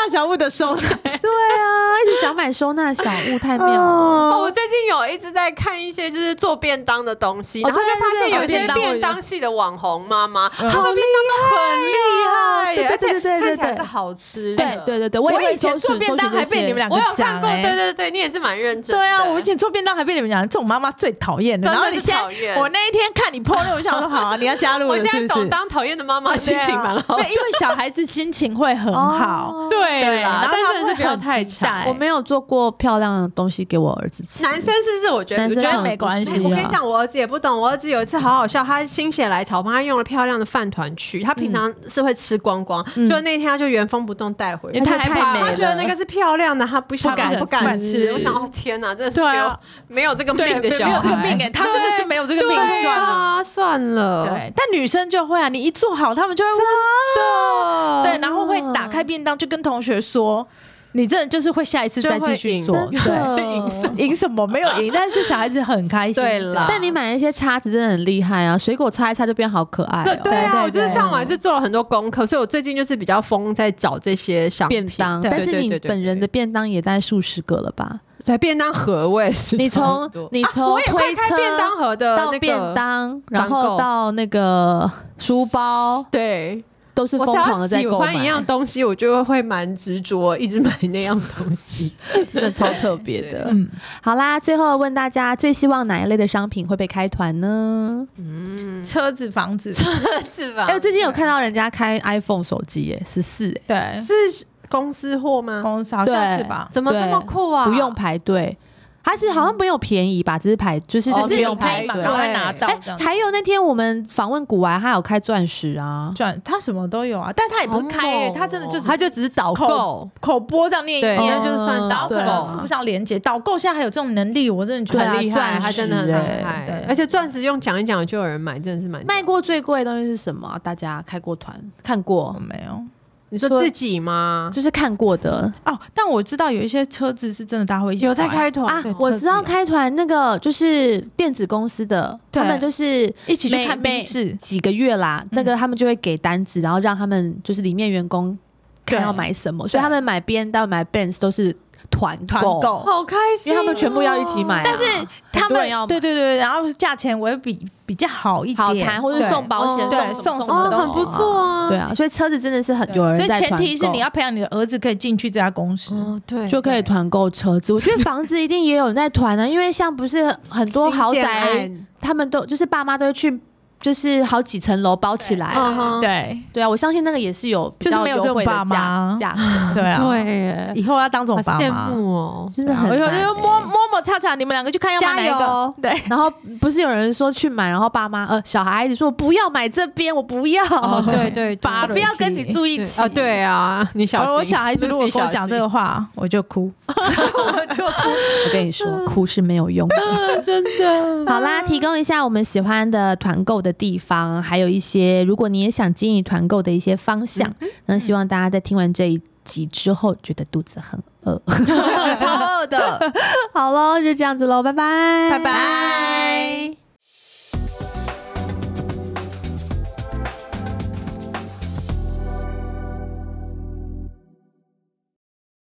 [SPEAKER 3] 大小物的收纳。
[SPEAKER 1] 对啊，一直想买收纳小物，太妙了。
[SPEAKER 2] 哦，我最近有一直在看一些就是做便当的东西，
[SPEAKER 1] 哦
[SPEAKER 2] 然后就
[SPEAKER 1] 对
[SPEAKER 2] 发
[SPEAKER 1] 对
[SPEAKER 2] 现
[SPEAKER 1] 对
[SPEAKER 2] 有一些
[SPEAKER 1] 便当哦我
[SPEAKER 2] 便
[SPEAKER 1] 也
[SPEAKER 2] 当系的网红妈妈，她
[SPEAKER 1] 好
[SPEAKER 2] 们
[SPEAKER 1] 厉
[SPEAKER 2] 便当很厉害耶，
[SPEAKER 1] 对对
[SPEAKER 2] 而且
[SPEAKER 1] 对对对
[SPEAKER 2] 看起来
[SPEAKER 1] 对
[SPEAKER 2] 是好吃
[SPEAKER 1] 对
[SPEAKER 2] 的。
[SPEAKER 1] 对对对，我也
[SPEAKER 3] 哎我
[SPEAKER 1] 会
[SPEAKER 3] 以前
[SPEAKER 1] 搜
[SPEAKER 3] 做
[SPEAKER 1] 寻
[SPEAKER 3] 便当
[SPEAKER 1] 搜寻
[SPEAKER 3] 还
[SPEAKER 1] 这些
[SPEAKER 3] 被你们两
[SPEAKER 2] 我
[SPEAKER 3] 个
[SPEAKER 2] 有看
[SPEAKER 3] 讲
[SPEAKER 2] 过，
[SPEAKER 3] 欸
[SPEAKER 2] 对对对，你也是蛮认真的。
[SPEAKER 3] 对啊，我以前做便当还被你们讲，这种妈妈最讨厌的。
[SPEAKER 2] 真的
[SPEAKER 3] 然后
[SPEAKER 2] 是
[SPEAKER 3] 你现
[SPEAKER 2] 讨厌
[SPEAKER 3] 在，我那一天看你 PO 那，我想说好啊，你要加入
[SPEAKER 2] 我
[SPEAKER 3] 了
[SPEAKER 2] 现在
[SPEAKER 3] 是不
[SPEAKER 2] 懂
[SPEAKER 3] 是？
[SPEAKER 2] 当讨厌的妈妈心情 蛮好
[SPEAKER 3] 对，啊
[SPEAKER 2] 的。
[SPEAKER 3] 因为小孩子心情会很好。
[SPEAKER 1] 哦
[SPEAKER 2] 对
[SPEAKER 3] 然
[SPEAKER 2] 啦
[SPEAKER 3] 后，
[SPEAKER 2] 但
[SPEAKER 3] 他
[SPEAKER 2] 真的
[SPEAKER 3] 会
[SPEAKER 2] 是不要
[SPEAKER 3] 很
[SPEAKER 2] 太
[SPEAKER 3] 期
[SPEAKER 2] 长。
[SPEAKER 3] 待
[SPEAKER 1] 我没有做过漂亮的东西给我儿子吃。
[SPEAKER 2] 男生是不是？我觉得
[SPEAKER 1] 男
[SPEAKER 2] 我
[SPEAKER 1] 生
[SPEAKER 2] 觉得
[SPEAKER 1] 很
[SPEAKER 3] 没关系
[SPEAKER 2] 哎我跟你
[SPEAKER 1] 啊
[SPEAKER 2] 讲，我儿子也不懂。我儿子有一次好好笑，他心血来潮，帮他用了漂亮的饭团去。他
[SPEAKER 3] 嗯
[SPEAKER 2] 平常是会吃光光，
[SPEAKER 1] 嗯
[SPEAKER 2] 就那天他就原封不动带回来。
[SPEAKER 3] 也哎太
[SPEAKER 2] 他
[SPEAKER 3] 太
[SPEAKER 2] 怕
[SPEAKER 3] 美
[SPEAKER 2] 他觉得那个是漂亮的，他不想
[SPEAKER 3] 不敢
[SPEAKER 2] 不敢
[SPEAKER 3] 吃
[SPEAKER 2] 吃。我想，哦天哪，真的是
[SPEAKER 3] 对
[SPEAKER 2] 没
[SPEAKER 3] 啊
[SPEAKER 2] 有没有这个
[SPEAKER 3] 对
[SPEAKER 2] 命的小
[SPEAKER 3] 没有这个
[SPEAKER 2] 孩，
[SPEAKER 3] 病哎，他真的是没有这个病
[SPEAKER 2] 对
[SPEAKER 3] 算了。
[SPEAKER 2] 啊，算了，
[SPEAKER 3] 对，但女生就会啊，你一做好，他们就会
[SPEAKER 2] 哎
[SPEAKER 3] 哇，
[SPEAKER 2] 哦
[SPEAKER 3] 对，然后会打开便当就跟同学说，你真的就是会下一次再继续做，
[SPEAKER 1] 真的
[SPEAKER 3] 对， 赢什么没有赢，但是小孩子很开心，
[SPEAKER 2] 对啦
[SPEAKER 1] 但你买那些叉子真的很厉害啊，水果擦一擦就变好可爱、
[SPEAKER 2] 对
[SPEAKER 1] 哦。
[SPEAKER 2] 对
[SPEAKER 3] 对
[SPEAKER 2] 啊，
[SPEAKER 3] 对
[SPEAKER 2] 我就是
[SPEAKER 3] 对
[SPEAKER 2] 上网是做了很多功课，所以我最近就是比较疯在找这些商品
[SPEAKER 1] 便当，
[SPEAKER 2] 对
[SPEAKER 1] 但
[SPEAKER 2] 对
[SPEAKER 1] 是
[SPEAKER 2] 对
[SPEAKER 1] 你
[SPEAKER 2] 对对
[SPEAKER 1] 本人的便当也带数十个了吧？
[SPEAKER 2] 对便当盒我也是
[SPEAKER 1] 你
[SPEAKER 2] 找
[SPEAKER 1] 从
[SPEAKER 2] 很多，
[SPEAKER 1] 你
[SPEAKER 2] 啊
[SPEAKER 1] 从
[SPEAKER 2] 我也快
[SPEAKER 1] 推
[SPEAKER 2] 开
[SPEAKER 1] 车
[SPEAKER 2] 便当盒的
[SPEAKER 1] 到
[SPEAKER 2] 那
[SPEAKER 1] 便
[SPEAKER 2] 个，
[SPEAKER 1] 当，然
[SPEAKER 2] 团购
[SPEAKER 1] 后到那个书包，
[SPEAKER 2] 对，
[SPEAKER 1] 都是
[SPEAKER 2] 我
[SPEAKER 1] 疯
[SPEAKER 2] 只
[SPEAKER 1] 狂
[SPEAKER 2] 要
[SPEAKER 1] 的在
[SPEAKER 2] 喜
[SPEAKER 1] 购买
[SPEAKER 2] 欢，一样东西，我就会蛮执着，一直买那样东西。
[SPEAKER 1] 真的超特别的。
[SPEAKER 3] 嗯，
[SPEAKER 1] 好啦，最后问大家，最希望哪一类的商品会被开团呢？
[SPEAKER 2] 嗯
[SPEAKER 3] 车子、房子，
[SPEAKER 2] 是吧
[SPEAKER 1] 哎、我最近有看到人家开 iPhone 手机耶，十四哎，
[SPEAKER 3] 对，
[SPEAKER 2] 是公司货吗？
[SPEAKER 3] 公司好
[SPEAKER 1] 对
[SPEAKER 3] 像是吧？
[SPEAKER 2] 怎么这么酷啊？
[SPEAKER 1] 不用排队。还是好像没有便宜吧，只是排就是
[SPEAKER 3] 就
[SPEAKER 2] 哦
[SPEAKER 1] 不
[SPEAKER 3] 是
[SPEAKER 2] 这
[SPEAKER 3] 你
[SPEAKER 1] 用
[SPEAKER 2] 种
[SPEAKER 3] 可
[SPEAKER 1] 排
[SPEAKER 3] 以马
[SPEAKER 2] 排队
[SPEAKER 1] 队。
[SPEAKER 3] 赶快拿到
[SPEAKER 1] 哎
[SPEAKER 3] 这样。
[SPEAKER 1] 还有那天我们访问古玩，他有开钻石啊，
[SPEAKER 3] 转它什么都有啊，但它也不是开欸，它真的就只
[SPEAKER 2] 他哦就只是导购
[SPEAKER 3] 口，口播这样念一
[SPEAKER 2] 对，
[SPEAKER 3] 念
[SPEAKER 2] 那
[SPEAKER 1] 哦，
[SPEAKER 2] 就是算
[SPEAKER 3] 然后
[SPEAKER 2] 导
[SPEAKER 3] 可
[SPEAKER 1] 对
[SPEAKER 3] 能
[SPEAKER 1] 啊
[SPEAKER 3] 附
[SPEAKER 2] 购。
[SPEAKER 3] 上连接。导购现在还有这种能力，我真的觉得
[SPEAKER 1] 对啊
[SPEAKER 2] 很厉害，
[SPEAKER 1] 钻
[SPEAKER 2] 他真的很厉
[SPEAKER 1] 石欸
[SPEAKER 2] 害
[SPEAKER 3] 对，
[SPEAKER 2] 而且钻石用讲一讲就有人买，真的是蛮
[SPEAKER 1] 卖。过最贵的东西是什么啊？大家开过团看过
[SPEAKER 3] 我，没有
[SPEAKER 2] 你说自己吗？
[SPEAKER 1] 就是看过的
[SPEAKER 3] 哦，但我知道有一些车子是真的，大家会一起
[SPEAKER 2] 有在
[SPEAKER 3] 玩
[SPEAKER 2] 开团
[SPEAKER 1] 啊
[SPEAKER 2] 对。
[SPEAKER 1] 我
[SPEAKER 3] 特
[SPEAKER 1] 知道
[SPEAKER 3] 别
[SPEAKER 1] 开团那个就是电子公司的，他
[SPEAKER 3] 对嗯
[SPEAKER 1] 们就是
[SPEAKER 3] 一起去
[SPEAKER 1] 每
[SPEAKER 3] 看
[SPEAKER 1] 每
[SPEAKER 3] 冰室，
[SPEAKER 1] 几个月啦，那个他们就会给单子，然后让他们就是里面员工看
[SPEAKER 3] 对
[SPEAKER 1] 要买什么，所以他们买 B N W、买 Benz 都是团
[SPEAKER 3] 团
[SPEAKER 1] 购，
[SPEAKER 3] 购。
[SPEAKER 2] 好开
[SPEAKER 1] 因
[SPEAKER 2] 心哦，
[SPEAKER 1] 为他们全部要一起买啊、
[SPEAKER 3] 但是他
[SPEAKER 1] 很多
[SPEAKER 3] 们
[SPEAKER 1] 人要买
[SPEAKER 3] 对对对，然后价钱我会比比较好一点，
[SPEAKER 1] 好谈，或者
[SPEAKER 3] 对
[SPEAKER 1] 送保险，
[SPEAKER 3] 对
[SPEAKER 1] 送什
[SPEAKER 3] 送
[SPEAKER 1] 么
[SPEAKER 3] 什么
[SPEAKER 1] 都
[SPEAKER 3] 很
[SPEAKER 1] 好
[SPEAKER 2] 不错啊
[SPEAKER 1] 对啊，所以车子真的是很有人
[SPEAKER 3] 所以
[SPEAKER 1] 在
[SPEAKER 3] 前提
[SPEAKER 1] 团
[SPEAKER 3] 是
[SPEAKER 1] 购
[SPEAKER 3] 你要培养你的儿子可以进去这家公司。
[SPEAKER 2] 哦，对，
[SPEAKER 1] 就可以团购车子，我 觉得房子一定也有人在团啊，因为像不是很多豪
[SPEAKER 2] 新建
[SPEAKER 1] 宅，
[SPEAKER 2] 案
[SPEAKER 1] 他们都就是爸妈都会去，就是好几层楼包起来啊
[SPEAKER 2] 嗯哼
[SPEAKER 3] 对
[SPEAKER 1] 对啊，我相信那个也是有比
[SPEAKER 3] 就是
[SPEAKER 1] 较
[SPEAKER 3] 没有
[SPEAKER 1] 优
[SPEAKER 3] 这种
[SPEAKER 1] 惠的
[SPEAKER 3] 爸妈
[SPEAKER 1] 价价格，
[SPEAKER 3] 对啊，
[SPEAKER 2] 对耶，
[SPEAKER 3] 以后要当这
[SPEAKER 2] 好
[SPEAKER 3] 种爸
[SPEAKER 2] 羡
[SPEAKER 3] 妈。
[SPEAKER 2] 慕哦，
[SPEAKER 1] 真
[SPEAKER 3] 对
[SPEAKER 1] 的
[SPEAKER 3] 啊
[SPEAKER 1] 很
[SPEAKER 3] 我以后
[SPEAKER 1] 难欸
[SPEAKER 3] 就摸摸摸擦擦，你们两个去看要买哪一
[SPEAKER 2] 加
[SPEAKER 3] 个
[SPEAKER 2] 油。
[SPEAKER 3] 对，
[SPEAKER 1] 然后不是有人说去买，然后爸妈呃小孩子说我不要买这边，我不要，
[SPEAKER 3] 哦
[SPEAKER 2] 对对，对
[SPEAKER 1] 我不要跟你住一
[SPEAKER 2] 对
[SPEAKER 1] 起
[SPEAKER 2] 啊，对啊，你小
[SPEAKER 3] 而
[SPEAKER 2] 心，
[SPEAKER 3] 哦我小孩子如果跟我讲 这个话，我就哭。
[SPEAKER 1] 我跟你说，哭是没有用的。
[SPEAKER 2] 真的
[SPEAKER 1] 好啦，提供一下我们喜欢的团购的地方，还有一些如果你也想经营团购的一些方向。那希望大家在听完这一集之后，觉得肚子很饿。
[SPEAKER 2] 超饿的，
[SPEAKER 1] 好喽，就这样子喽，拜拜，
[SPEAKER 2] 拜。